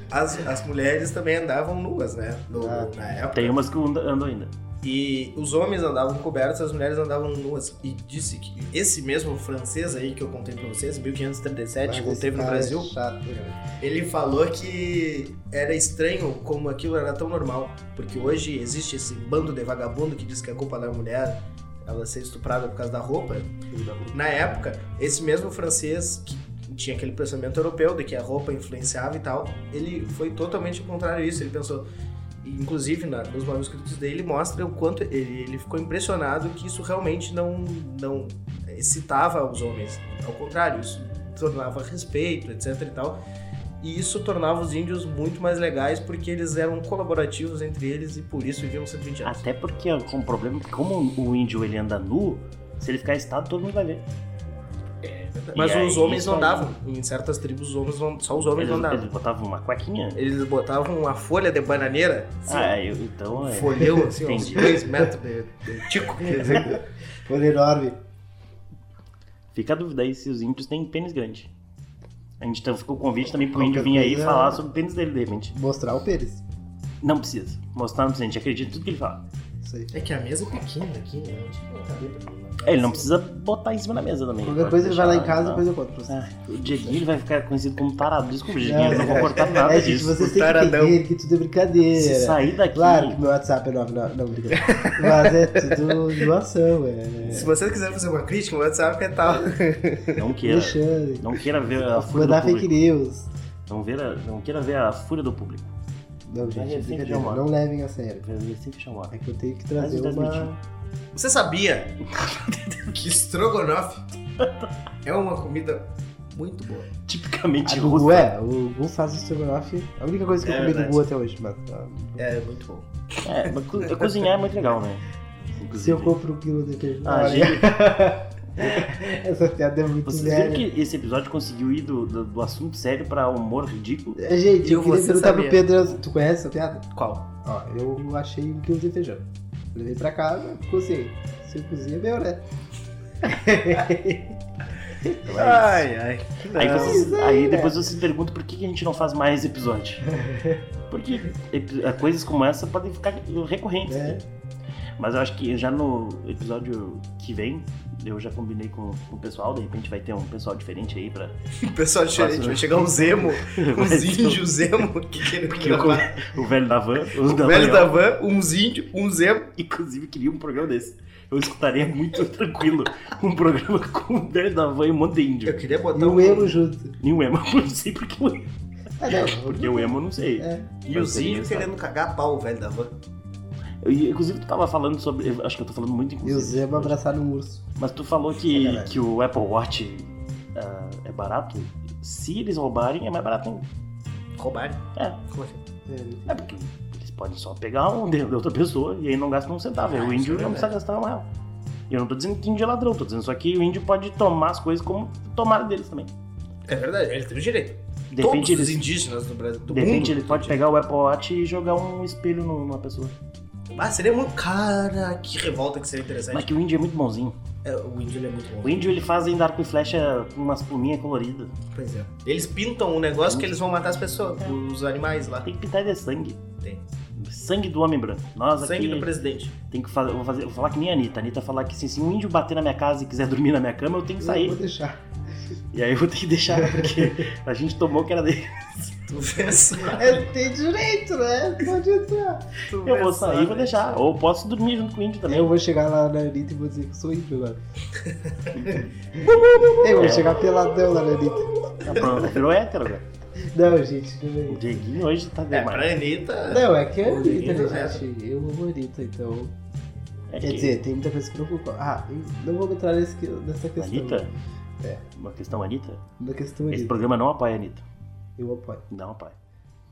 C: As, as mulheres também andavam nuas, né? No-
B: Ah.
C: na época.
A: Tem um- umas que eu ando ando ainda.
C: E os homens andavam cobertos, as mulheres andavam nuas. E disse que esse mesmo francês aí que eu contei pra vocês, 1537, que
B: Mas esse
C: conteve no
B: cara é
C: Brasil,
B: chato, né?
C: Ele falou que era estranho como aquilo era tão normal, porque hoje existe esse bando de vagabundo que diz que é culpa da mulher ela ser estuprada por causa da roupa.
B: né? [laughs]
C: Na época, esse mesmo francês que tinha aquele pensamento europeu de que a roupa influenciava e tal, ele foi totalmente ao contrário disso. Ele pensou, inclusive na- nos manuscritos dele mostra o quanto ele, ele ficou impressionado que isso realmente não não excitava os homens. Ao contrário, isso tornava respeito, etc e tal. E isso tornava os índios muito mais legais porque eles eram colaborativos entre eles e por isso viviam 120 anos.
A: Até porque ó, com o problema é que como o índio ele anda nu, se ele ficar estado, todo mundo vai ver.
C: Mas
A: Ah, E
C: os
A: aí,
C: homens
A: isso
C: não
A: aí.
C: davam. Em certas tribos, os homens não, só os homens
A: Eles,
C: não
A: eles
C: davam.
A: botavam uma cuequinha.
C: Eles botavam uma folha de bananeira, assim,
A: Ah, eu, então
C: um
A: é.
C: folheu, assim, uns
A: Entendi.
C: 2 metros de, de tico, quer dizer.
B: Foi enorme.
A: Fica a dúvida aí se os índios têm pênis grande. A gente então, ficou o convite também pro
B: Qualquer
A: índio vir aí
B: coisa-
A: falar sobre o pênis dele, de repente.
B: Mostrar o pênis.
A: Não precisa. Mostrar não precisa, a gente acredita em tudo que ele fala.
B: Isso aí.
C: É que a mesa é pequena aqui, né? Onde que eu acabei pra
A: É, ele não precisa botar em cima da mesa também.
B: Qualquer
A: Pode
B: coisa ele vai lá em
A: deixar
B: casa e
A: e
B: depois eu conto pra vocês.
A: tal. Ah, o Dieguinho ele vai ficar conhecido como tarado. Desculpa, Dieguinho,
B: Não,
A: eu não vou cortar nada
B: É, É, gente,
A: disso.
B: vocês
C: o
B: têm que
C: taradão.
B: entender que tudo é
A: Se
B: brincadeira.
A: sair daqui,
B: Claro que meu WhatsApp é 9, não, não, brincadeira. Mas é tudo doação,
A: [laughs]
B: é.
C: Se você quiser fazer uma crítica, o WhatsApp é tal.
A: não queira.
B: é Deixando.
A: Não queira ver a fúria
B: Mandar
A: do público.
B: fake news.
A: Não, ver a- não queira ver a fúria do público.
B: Não,
A: Mas
B: gente,
A: é
B: é
A: sempre
B: brincadeira.
A: uma-
B: Não levem a sério.
A: Ver- ver Sempre chamar.
B: É que eu tenho que
A: Mas
B: trazer
A: ele tá
B: uma.
C: Você [laughs] sabia que estrogonofe é uma comida muito boa?
A: Tipicamente
B: A do
A: russo.
B: Gugu é, o Gugu faz o estrogonofe. A única coisa que eu
C: É
B: comi do
C: verdade.
B: Gugu até hoje, mas. tá.
C: É, muito bom.
A: É, mas co- cozinhar é muito legal, né?
B: Se eu
A: Inclusive.
B: compro um quilo de queijo.
A: Ah,
B: olha,
A: gente,
B: [laughs] Essa piada é muito
A: vocês
B: velha.
A: viram que esse episódio conseguiu ir do, do, do assunto sério pra humor ridículo?
B: É, Gente,
C: E
B: eu queria
C: você
B: perguntar
C: sabia?
B: pro Pedro. Tu conhece essa piada?
C: Qual?
B: Ó, eu achei um quilo de feijão. Levei pra casa, cozinhei. Se eu cozinho é meu, né?
C: Ai, ai.
A: Então é Aí,
C: Não.
A: vocês-
B: Isso aí,
A: aí
B: né?
A: depois vocês perguntam por que que a gente não faz mais [laughs] episódio. Porque epi- eh, coisas como essa podem ficar recorrentes.
B: É.
A: Mas eu acho que já no episódio que vem, eu já combinei com, com o pessoal, de repente vai ter um pessoal diferente aí pra.
C: O pessoal diferente, vai chegar
A: [laughs]
C: um Zemo, uns índios Zemo que querendo
A: um- Que eu-
C: gravar.
A: o velho da van, os da
C: Velho
A: van,
C: da van, uns índios, um Zemo.
A: Inclusive, queria um programa desse. Eu escutaria muito [laughs] tranquilo um programa com o velho da van e um monte de
C: Eu
A: índio.
C: queria
B: E
C: botar
B: o
C: um
B: emo junto.
A: E o emo, eu não sei porque o emo.
B: Ah, não.
A: Porque o emo, eu não sei.
B: É.
C: E os índios querendo cagar a pau, o velho da van.
A: Eu- é inclusive, tu tava falando sobre. eu acho que eu tô falando muito,
B: E o
A: inclusive.
B: Zemo abraçar um urso.
A: Mas tu falou que,
B: Sacanagem.
A: que o Apple Watch ah, é barato. Se eles roubarem, é mais barato ainda.
C: Roubaram.
A: É.
C: Como assim?
B: É,
A: É porque eles podem só pegar um de de outra pessoa e aí não gastam um centavo. Aí
C: Ah,
A: o
C: isso
A: índio
C: é
A: não precisa
C: verdade.
A: gastar um real. E Eu não tô dizendo que índio é ladrão, tô dizendo só que o índio pode tomar as coisas como tomaram deles também.
C: É verdade, ele tem o direito.
A: De
C: Todos
A: repente
C: os
A: eles
C: indígenas do Brasil, do
A: De repente
C: mundo.
A: ele pode pegar o Apple Watch e jogar um espelho numa pessoa.
C: Ah, seria muito. Cara, que revolta que seria interessante.
A: Mas que o índio é muito bonzinho.
C: É, o índio ele é muito bom.
A: O índio ele faz ainda arco e flecha com umas pluminhas coloridas.
C: Pois é. Eles pintam um negócio que eles vão matar as pessoas,
A: É.
C: os animais lá.
A: Tem que pintar de sangue.
C: Tem.
A: Sangue do homem branco. Nós
C: Sangue do
A: aqui [laughs]
C: presidente.
A: tem que fazer, eu vou, fazer, eu vou falar que nem a Anitta. A Anitta falar que assim, se um índio bater na minha casa e quiser [laughs] dormir na minha cama, eu tenho que
B: Não, vou
A: sair.
B: deixar.
A: E aí eu vou ter que deixar, porque a gente tomou que era dele.
C: Tu vê só.
B: Ele É, tem direito, né? Pode entrar.
C: Tu
A: Eu
C: vê
A: vou
C: só,
A: sair e vou
C: né?
A: deixar. Ou posso dormir junto com o índio também.
B: Eu vou chegar lá na Anitta e vou dizer que sou índio agora. Eu vou
A: É.
B: chegar peladão lá na Anitta.
A: Tá pronto, virou hétero agora.
B: Não, gente, não é
A: O Dieguinho hoje tá
C: É,
A: demais.
C: pra Anitta.
B: Não, é que é
C: O
B: Anitta,
C: Anitta,
B: né, gente? Eu amo a Anitta, então.
A: É
B: Quer
A: que-
B: dizer, tem muita coisa que eu não concordo. Ah, eu não vou entrar nesse, que- nessa questão.
A: Anitta?
B: É.
A: Uma questão, Anitta?
B: Na questão
A: Esse
B: Anitta.
A: programa não apoia a Anitta.
B: Eu apoio.
A: Não apoia.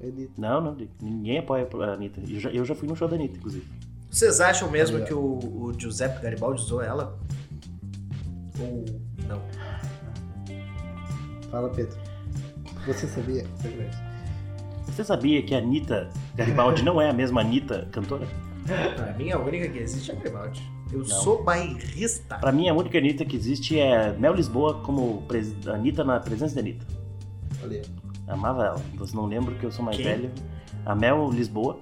B: Anitta.
A: Não, não, Diego. ninguém apoia a Anitta. Eu já, eu já fui no show da Anitta, inclusive.
C: Vocês acham mesmo
B: Obrigado.
C: que o, o Giuseppe Garibaldi usou ela? Ou não?
B: Fala, Pedro. Você sabia? Verdade.
A: Você sabia que a Anitta Garibaldi não é a mesma Anitta cantora?
C: Pra mim, a única que existe é Garibaldi. Eu
A: Não.
C: sou bairrista.
A: Pra mim, a única Anitta que existe é Mel Lisboa como pres... Anitta na presença da Anitta.
B: Olha.
A: Amava ela. Você não lembra que eu sou mais
C: Quem?
A: velho. A Mel Lisboa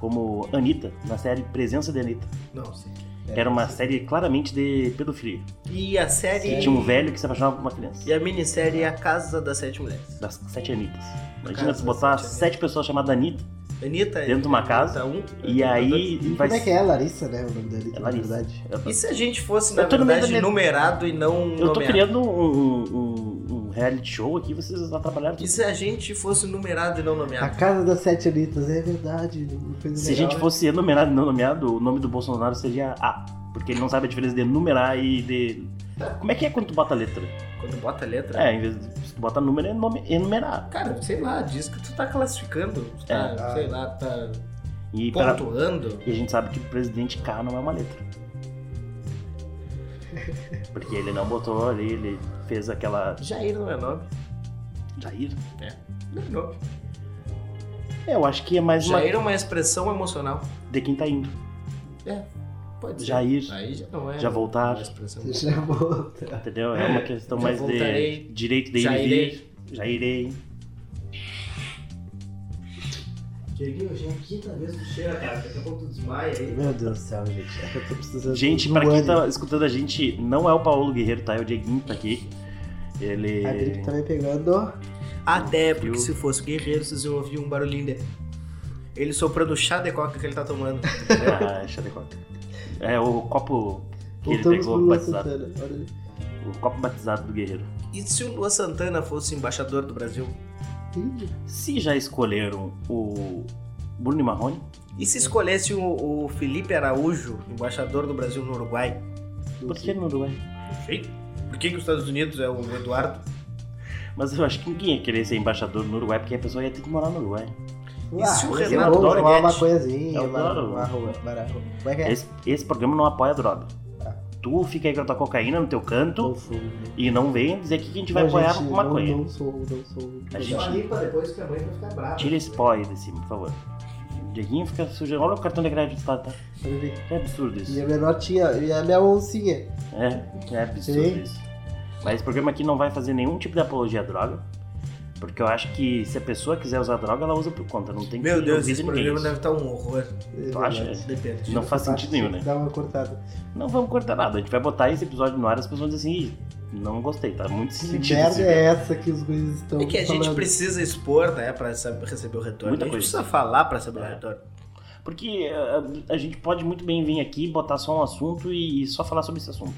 A: como Anitta na série Presença da Anitta.
C: Não sei.
B: É,
A: que era uma série claramente de pedofilia.
C: E a série.
A: E tinha um velho que se apaixonava por uma criança.
C: E a minissérie é A Casa das Sete Mulheres.
A: Das sete Anitas.
C: Casa
A: Imagina
C: das
A: se botar
C: sete Anitas.
A: sete pessoas chamadas Anitta
C: Anitta.
A: Dentro de uma
C: Anitta
A: casa,
C: um,
A: e
C: Anitta
A: aí
B: E
A: vai
B: como é que é? Larissa, né? O nome da Anitta,
A: É
B: na
A: Larissa.
B: verdade.
A: Eu-
C: E se a gente fosse, na
A: Eu tô no meio
C: verdade,
A: da minha-
C: numerado e não
A: Eu tô
C: nomeado?
A: criando um, um- um reality show aqui, vocês já trabalharam
C: E
A: tudo.
C: se a gente fosse numerado e não
B: A
C: nomeado?
B: casa das sete Anitas, é verdade. não fez
A: Se a
B: legal,
A: gente
B: né?
A: fosse nomeado não nomeado, o nome do Bolsonaro seria A. Porque ele não sabe a diferença de numerar e de. Como é que é quando tu bota a letra?
C: Quando bota a letra.
A: É, em vez de se tu bota número, é nome, enumerar.
C: Cara, sei lá, diz que tu tá classificando. Tu tá,
B: É.
C: sei lá, tá
A: E, pra-
C: pontuando.
A: e a gente sabe que o presidente K não é uma letra. Porque ele não botou ali, ele fez aquela.
C: Jair não é nome.
A: Jair?
C: Não é nome.
A: É, eu acho que é mais uma.
C: Jair é uma expressão emocional.
A: De quem tá indo.
C: Pode ser.
A: Jair.
C: Aí já não é.
A: Já voltar.
C: Uma expressão.
B: né? Você já volta.
A: Entendeu? É uma questão
C: Já
A: mais
C: voltarei.
A: de direito de ir
C: Já
A: e vir.
C: irei.
A: Já irei.
C: Dieguinho, já é a quinta vez que cheira, cara. Daqui a pouco tu desmaia aí.
B: Meu Deus do céu, gente. É que eu tô precisando
A: Gente,
B: do
A: pra quem
B: ânimo.
A: tá escutando a gente, não é o Paulo Guerreiro, tá? É o Dieguinho que tá aqui. Ele.
B: A
A: [laughs]
B: gripe tá me pegando.
C: Até porque
A: Viu?
C: se fosse o guerreiro, vocês iam ouvir um barulhinho dele. Ele soprando o chá de coca que ele tá tomando.
A: Ah, deixa eu ver qual. É o copo que ele
B: Voltamos pro
A: pegou
B: Lua
A: batizado.
B: Santana. Olha ali.
A: O copo batizado do Guerreiro.
C: E se o Lua Santana fosse embaixador do Brasil?
B: Ih,
A: Se já escolheram o Bruno e Marrone,
C: E se escolhesse o, o Felipe Araújo, embaixador do Brasil no Uruguai?
B: não
A: por
B: sei.
A: que no Uruguai?
C: Sei. Por que, que os Estados Unidos é o Eduardo?
A: Mas eu acho que ninguém ia querer ser embaixador no Uruguai, porque a pessoa ia ter que morar no Uruguai.
C: E se o
A: Ah,
B: mas
C: Renato
B: é bom, tomar
C: Dorguete?
B: uma maconhazinha,
A: Eu
B: uma,
A: adoro.
B: uma arroba, bararro. Como é que é?
A: Esse, esse programa não apoia a droga.
B: Tá.
A: Tu fica aí com a tua cocaína no teu canto
B: Não sou.
A: e não vem dizer que a gente vai
B: Não,
A: apoiar
B: gente,
A: com
B: não-
A: maconha.
B: Não, sou, não sou.
A: A gente-
C: limpa depois que a mãe vai ficar brava.
A: Tira esse pó aí de cima, por favor. Dieguinho fica sujo. Olha o cartão de crédito do Estado, tá?
B: Olha ali.
A: É absurdo isso.
B: E a menor tinha, e a minha oncinha.
A: É, é absurdo
B: Sim.
A: isso. Mas esse programa aqui não vai fazer nenhum tipo de apologia à droga. Porque eu acho que se a pessoa quiser usar droga, ela usa por conta. Não tem que
C: Meu Deus,
A: ouvir
C: esse
A: ninguém
C: programa
A: isso.
C: deve estar um horror.
A: Tu acha?
C: Depende.
A: Não faz sentido nenhum, né?
B: Dá uma cortada.
A: Não vamos cortar nada. A gente vai botar esse episódio no ar e as pessoas vão dizer assim, "Ih, não gostei, tá muito
B: Que
A: sentido.
B: merda
A: esse
B: é essa que os guris estão
C: É que a gente
B: falando?
C: precisa expor, né, pra sab- receber o retorno.
A: Muita
C: a gente
A: coisa.
C: precisa falar pra receber o
A: É.
C: retorno.
A: Porque uh, a, gente pode muito bem vir aqui, botar só um assunto e, e só falar sobre esse assunto.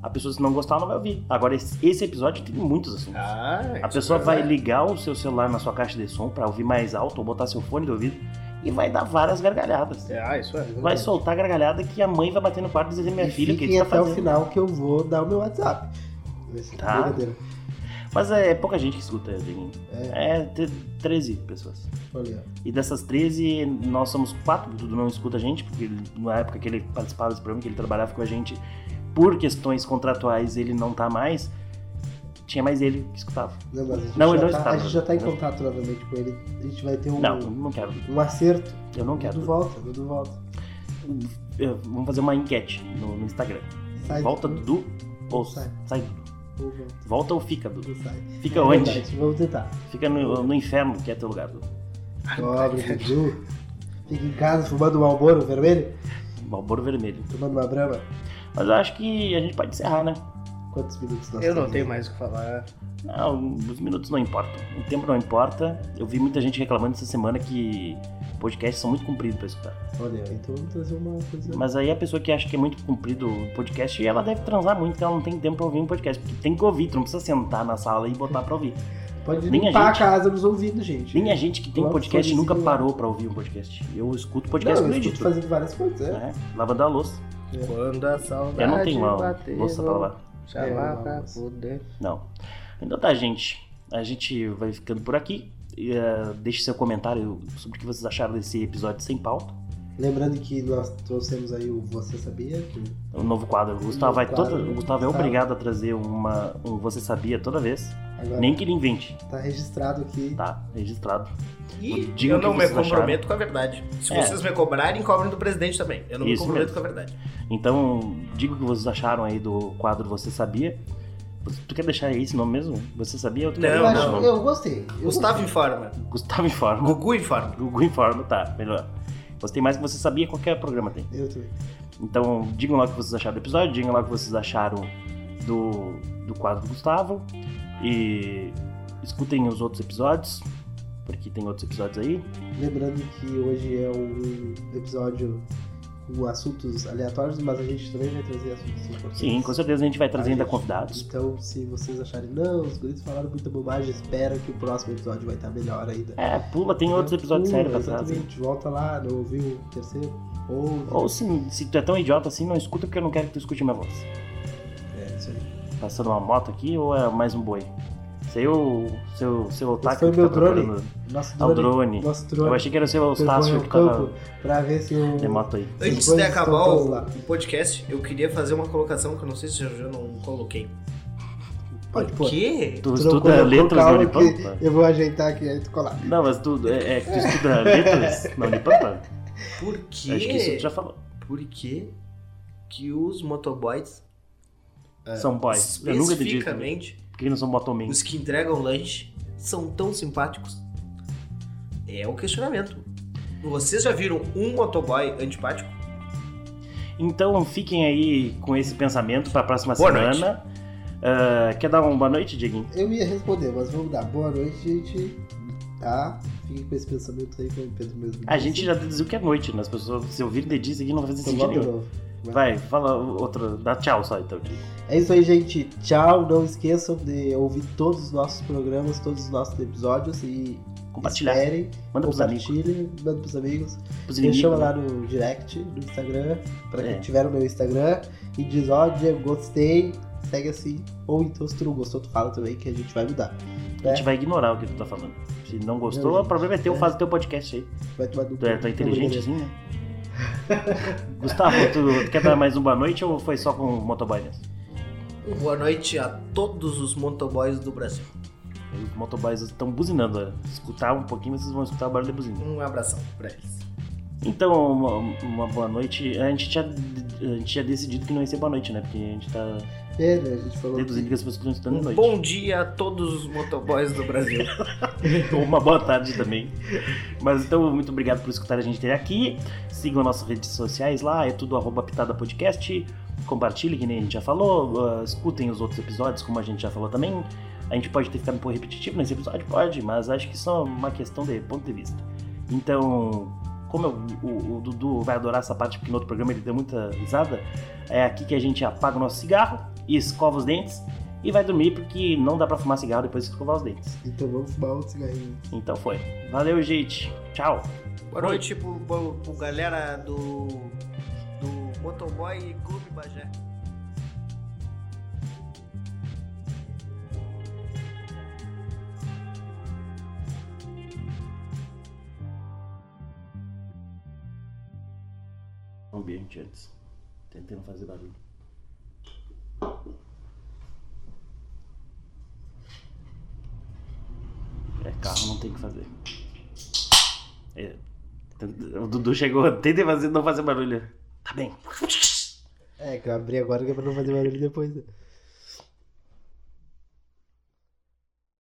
A: A pessoa, se não gostar, não vai ouvir. Agora, esse, esse episódio tem muitos assuntos.
C: Ah,
A: a
C: isso
A: pessoa
C: é
A: vai
C: verdade.
A: ligar o seu celular na sua caixa de som pra ouvir mais alto ou botar seu fone de ouvido e vai dar várias gargalhadas.
C: Ah, isso é.
A: Vai soltar gargalhada que a mãe vai bater no quarto e dizer: Minha
B: E
A: filha, o que
B: fiquem
A: que tá
B: até
A: fazendo?
B: o final que eu vou dar o meu WhatsApp.
A: Tá.
B: Brincadeira.
A: Mas é, pouca gente que escuta, Dieguinho. É, te- 13 pessoas.
B: Olha,
A: E dessas 13, nós somos quatro, o Dudu não escuta a gente, porque ele- na época que ele participava desse programa, que ele trabalhava com a gente, por questões contratuais, ele não tá mais. tinha mais ele que escutava.
B: Não, mas a gente,
A: Não, ele
B: já,
A: não
B: tá,
A: estava,
B: a gente já tá em
A: não.
B: contato novamente com ele. A gente vai ter um,
A: Não, eu não quero.
B: um acerto.
A: Eu não quero.
B: Dudu volta, Dudu volta.
A: Eu- vamos fazer uma enquete no, no Instagram.
B: Sai,
A: Volta
B: Dudu,
A: Dudu ou sai.
B: Sai.
A: Dudu?
B: ou volta,
A: Volta ou fica Dudu?
B: ou sai.
A: Fica onde?
B: Verdade, vamos tentar.
A: Fica no, no inferno, que é teu lugar, Dudu.
C: Ah,
B: Pobre Dudu. Fica em casa fumando um alboro vermelho,
A: Malboro vermelho.
B: tomando uma brama.
A: Mas eu acho que a gente pode encerrar, né?
B: Quantos minutos nós
C: Eu
B: temos?
C: não tenho mais o que falar.
A: Não, Ah, os minutos não importam. O tempo não importa. Eu vi muita gente reclamando essa semana que podcasts são muito compridos pra escutar.
B: Olha, então vamos trazer uma coisa.
A: Mas aí a pessoa que acha que é muito comprido o podcast, ela deve transar muito, que ela não tem tempo pra ouvir um podcast. Porque tem que ouvir, tu não precisa sentar na sala e botar pra ouvir.
B: Pode
A: nem a
B: limpar a,
A: gente-
B: casa nos ouvidos, gente.
A: Nem a gente que tem
B: Claro,
A: podcast nunca
B: fonezinho.
A: parou pra ouvir um podcast. Eu escuto
B: não,
A: podcast
B: eu
A: no
B: escuto
A: edito.
B: fazendo várias coisas, né?
A: Né? Lavando a louça.
C: Quando a saudade
A: Eu não tenho uma
C: bater,
A: louça pra
C: vou
A: lavar.
C: Chamar
B: É,
C: pra
B: vamos.
C: poder.
A: Não. Então tá, gente. A gente vai ficando por aqui. E, eh, deixe seu comentário sobre o que vocês acharam desse episódio sem pauta.
B: Lembrando que nós trouxemos aí o Você Sabia? Que
A: O Um novo quadro. O Gustavo,
B: Novo
A: vai
B: quadro.
A: toda- o Gustavo é
B: Tá.
A: obrigado a trazer uma, um Você Sabia toda vez.
B: agora
A: Nem que ele invente.
B: tá registrado aqui.
A: Tá, registrado.
C: E
A: Diga o
C: eu
A: que
C: não me
A: vocês acharam.
C: comprometo com a verdade. Se
A: É.
C: vocês me cobrarem, cobrem do presidente também. Eu não
A: Isso
C: me comprometo
A: mesmo.
C: com a verdade.
A: Então, diga o que vocês acharam aí do quadro Você Sabia. Você- Tu quer deixar aí esse nome mesmo? Você Sabia? ou tu quer
C: Não,
B: eu,
A: deixar
B: acho-
A: o
C: não.
A: nome?
B: eu gostei. Eu
C: Gustavo informa.
A: Gustavo Informa. [laughs]
C: Gugu informa.
A: Google Informa, tá, melhor. Você tem mais que Você Sabia, qualquer programa tem.
B: Eu também.
A: Então, digam lá o que vocês acharam do episódio, digam lá o que vocês acharam do, do quadro do Gustavo. E escutem os outros episódios, porque tem outros episódios aí.
B: Lembrando que hoje é um episódio com assuntos aleatórios, mas a gente também vai trazer assuntos importantes.
A: Sim, com certeza É, a gente vai trazer
B: A
A: ainda
B: gente-
A: convidados.
B: Então, se vocês acharem, não, os guris falaram muita bobagem, espera que o próximo episódio vai estar melhor ainda.
A: É, pula, tem outros episódios
B: Hum,
A: sérios pra trás. hein?
B: Exatamente, volta lá, não ouviu o terceiro? Ouve.
A: Ou se, se tu é tão idiota assim, não escuta porque eu não quero que tu escute minha voz.
B: É, isso aí.
A: Passando uma moto aqui ou é mais um boi? Seu, seu, seu otaku
B: foi
A: que
B: meu
A: tá
B: drone.
A: procurando.
B: Nosso
A: Ah, o
B: drone.
A: drone.
B: Nosso drone.
A: Eu achei que era o seu Eustácio
B: percorre
A: que
B: o
A: tava...
B: campo pra ver se o...
A: É moto aí.
B: Essas
C: Antes de
B: coisas
C: acabar
B: estão todas
C: o,
B: lá.
C: o podcast, eu queria fazer uma colocação que eu não sei se eu já não coloquei.
B: Pode
C: Por
B: pôr.
C: quê?
A: Tu
B: Tu não
A: estuda
B: colocou,
A: letras na
B: calma
A: Unipampa?
B: que Eu vou ajeitar aqui, aí tu colar.
A: Não, mas tu, é, é que tu
B: [laughs]
A: estuda letras na Unipampa?
C: Por quê?
A: Acho que isso tu já falou.
C: Por quê que os motoboys,
A: São boys. Eu nunca entendi. Por
C: especificamente,
A: que não são motomen?
C: os que entregam lanche, são tão simpáticos? É o questionamento. Vocês já viram um motoboy antipático?
A: Então fiquem aí com esse pensamento pra próxima
C: Boa
A: semana. Ah, quer dar uma boa noite, Dieguinho?
B: Eu ia responder, mas vamos dar boa noite, gente. Tá? Fique com esse pensamento aí, que eu penso mesmo.
A: A gente já né? deduziu que é noite, né? As pessoas, se ouvirem de dia, isso aqui não vai fazer
B: Então,
A: sentido
B: logo de
A: nenhum.
B: novo.
A: Vai, fala outra. Dá tchau só então, Dieguinho.
B: É isso aí, gente. Tchau. Não esqueçam de ouvir todos os nossos programas, todos os nossos episódios e
A: Compartilhar.
B: esperem.
A: Manda pros amigos,
B: compartilhem, manda pros amigos.
A: pros
B: Me chama
A: inimigos. né?
B: lá no direct, no Instagram, pra quem
A: É.
B: tiver no meu Instagram. E diz, ó, Diego, gostei, segue assim. Ou então, se tu não gostou, tu fala também que a gente vai mudar.
A: A gente vai ignorar o que tu tá falando. Se não gostou,
B: Não, gente.
A: o problema é teu,
B: É.
A: faz o teu podcast aí.
B: Vai tomar Então, do
A: Tu é, tu é inteligente assim, né? Gustavo, tu, tu quer dar mais uma boa noite ou foi só com o motoboy mesmo?
C: Um Boa noite a todos os motoboys do Brasil.
A: Os motoboys estão buzinando. né? Escutar um pouquinho, vocês vão escutar o barulho da buzina.
C: Um abração pra eles.
A: Então, uma, uma boa noite. A gente, tinha, a gente tinha decidido que não ia ser boa noite, né? Porque a gente tá
B: É, né? A gente falou.
A: deduzindo que as pessoas estão estudando de
C: Um
A: noite.
C: bom dia a todos os motoboys do Brasil.
A: Ou [laughs] uma boa tarde também. Mas então, muito obrigado por escutar a gente até aqui. Sigam nossas redes sociais lá, é tudo arroba pitada podcast. Compartilhe, que nem a gente já falou. ah, escutem os outros episódios, como a gente já falou também. A gente pode ter ficado um pouco repetitivo nesse episódio, pode, mas acho que só uma questão de ponto de vista. Então, como eu- o, o Dudu vai adorar essa parte, porque no outro programa ele deu muita risada, é aqui que a gente apaga o nosso cigarro e escova os dentes e vai dormir, porque não dá pra fumar cigarro depois de escovar os dentes.
B: Então vamos fumar outro cigarrinho.
A: Então foi. Valeu, gente. Tchau.
C: Boa noite pro, pro, pro galera do, do Motoboy Clube Bagé.
A: Ambiente um antes. Tentei não fazer barulho. Carro não tem o que fazer. É. O Dudu chegou, tentei fazer, não fazer barulho. Tá bem.
B: É, que eu abri agora que é pra não fazer barulho depois. né?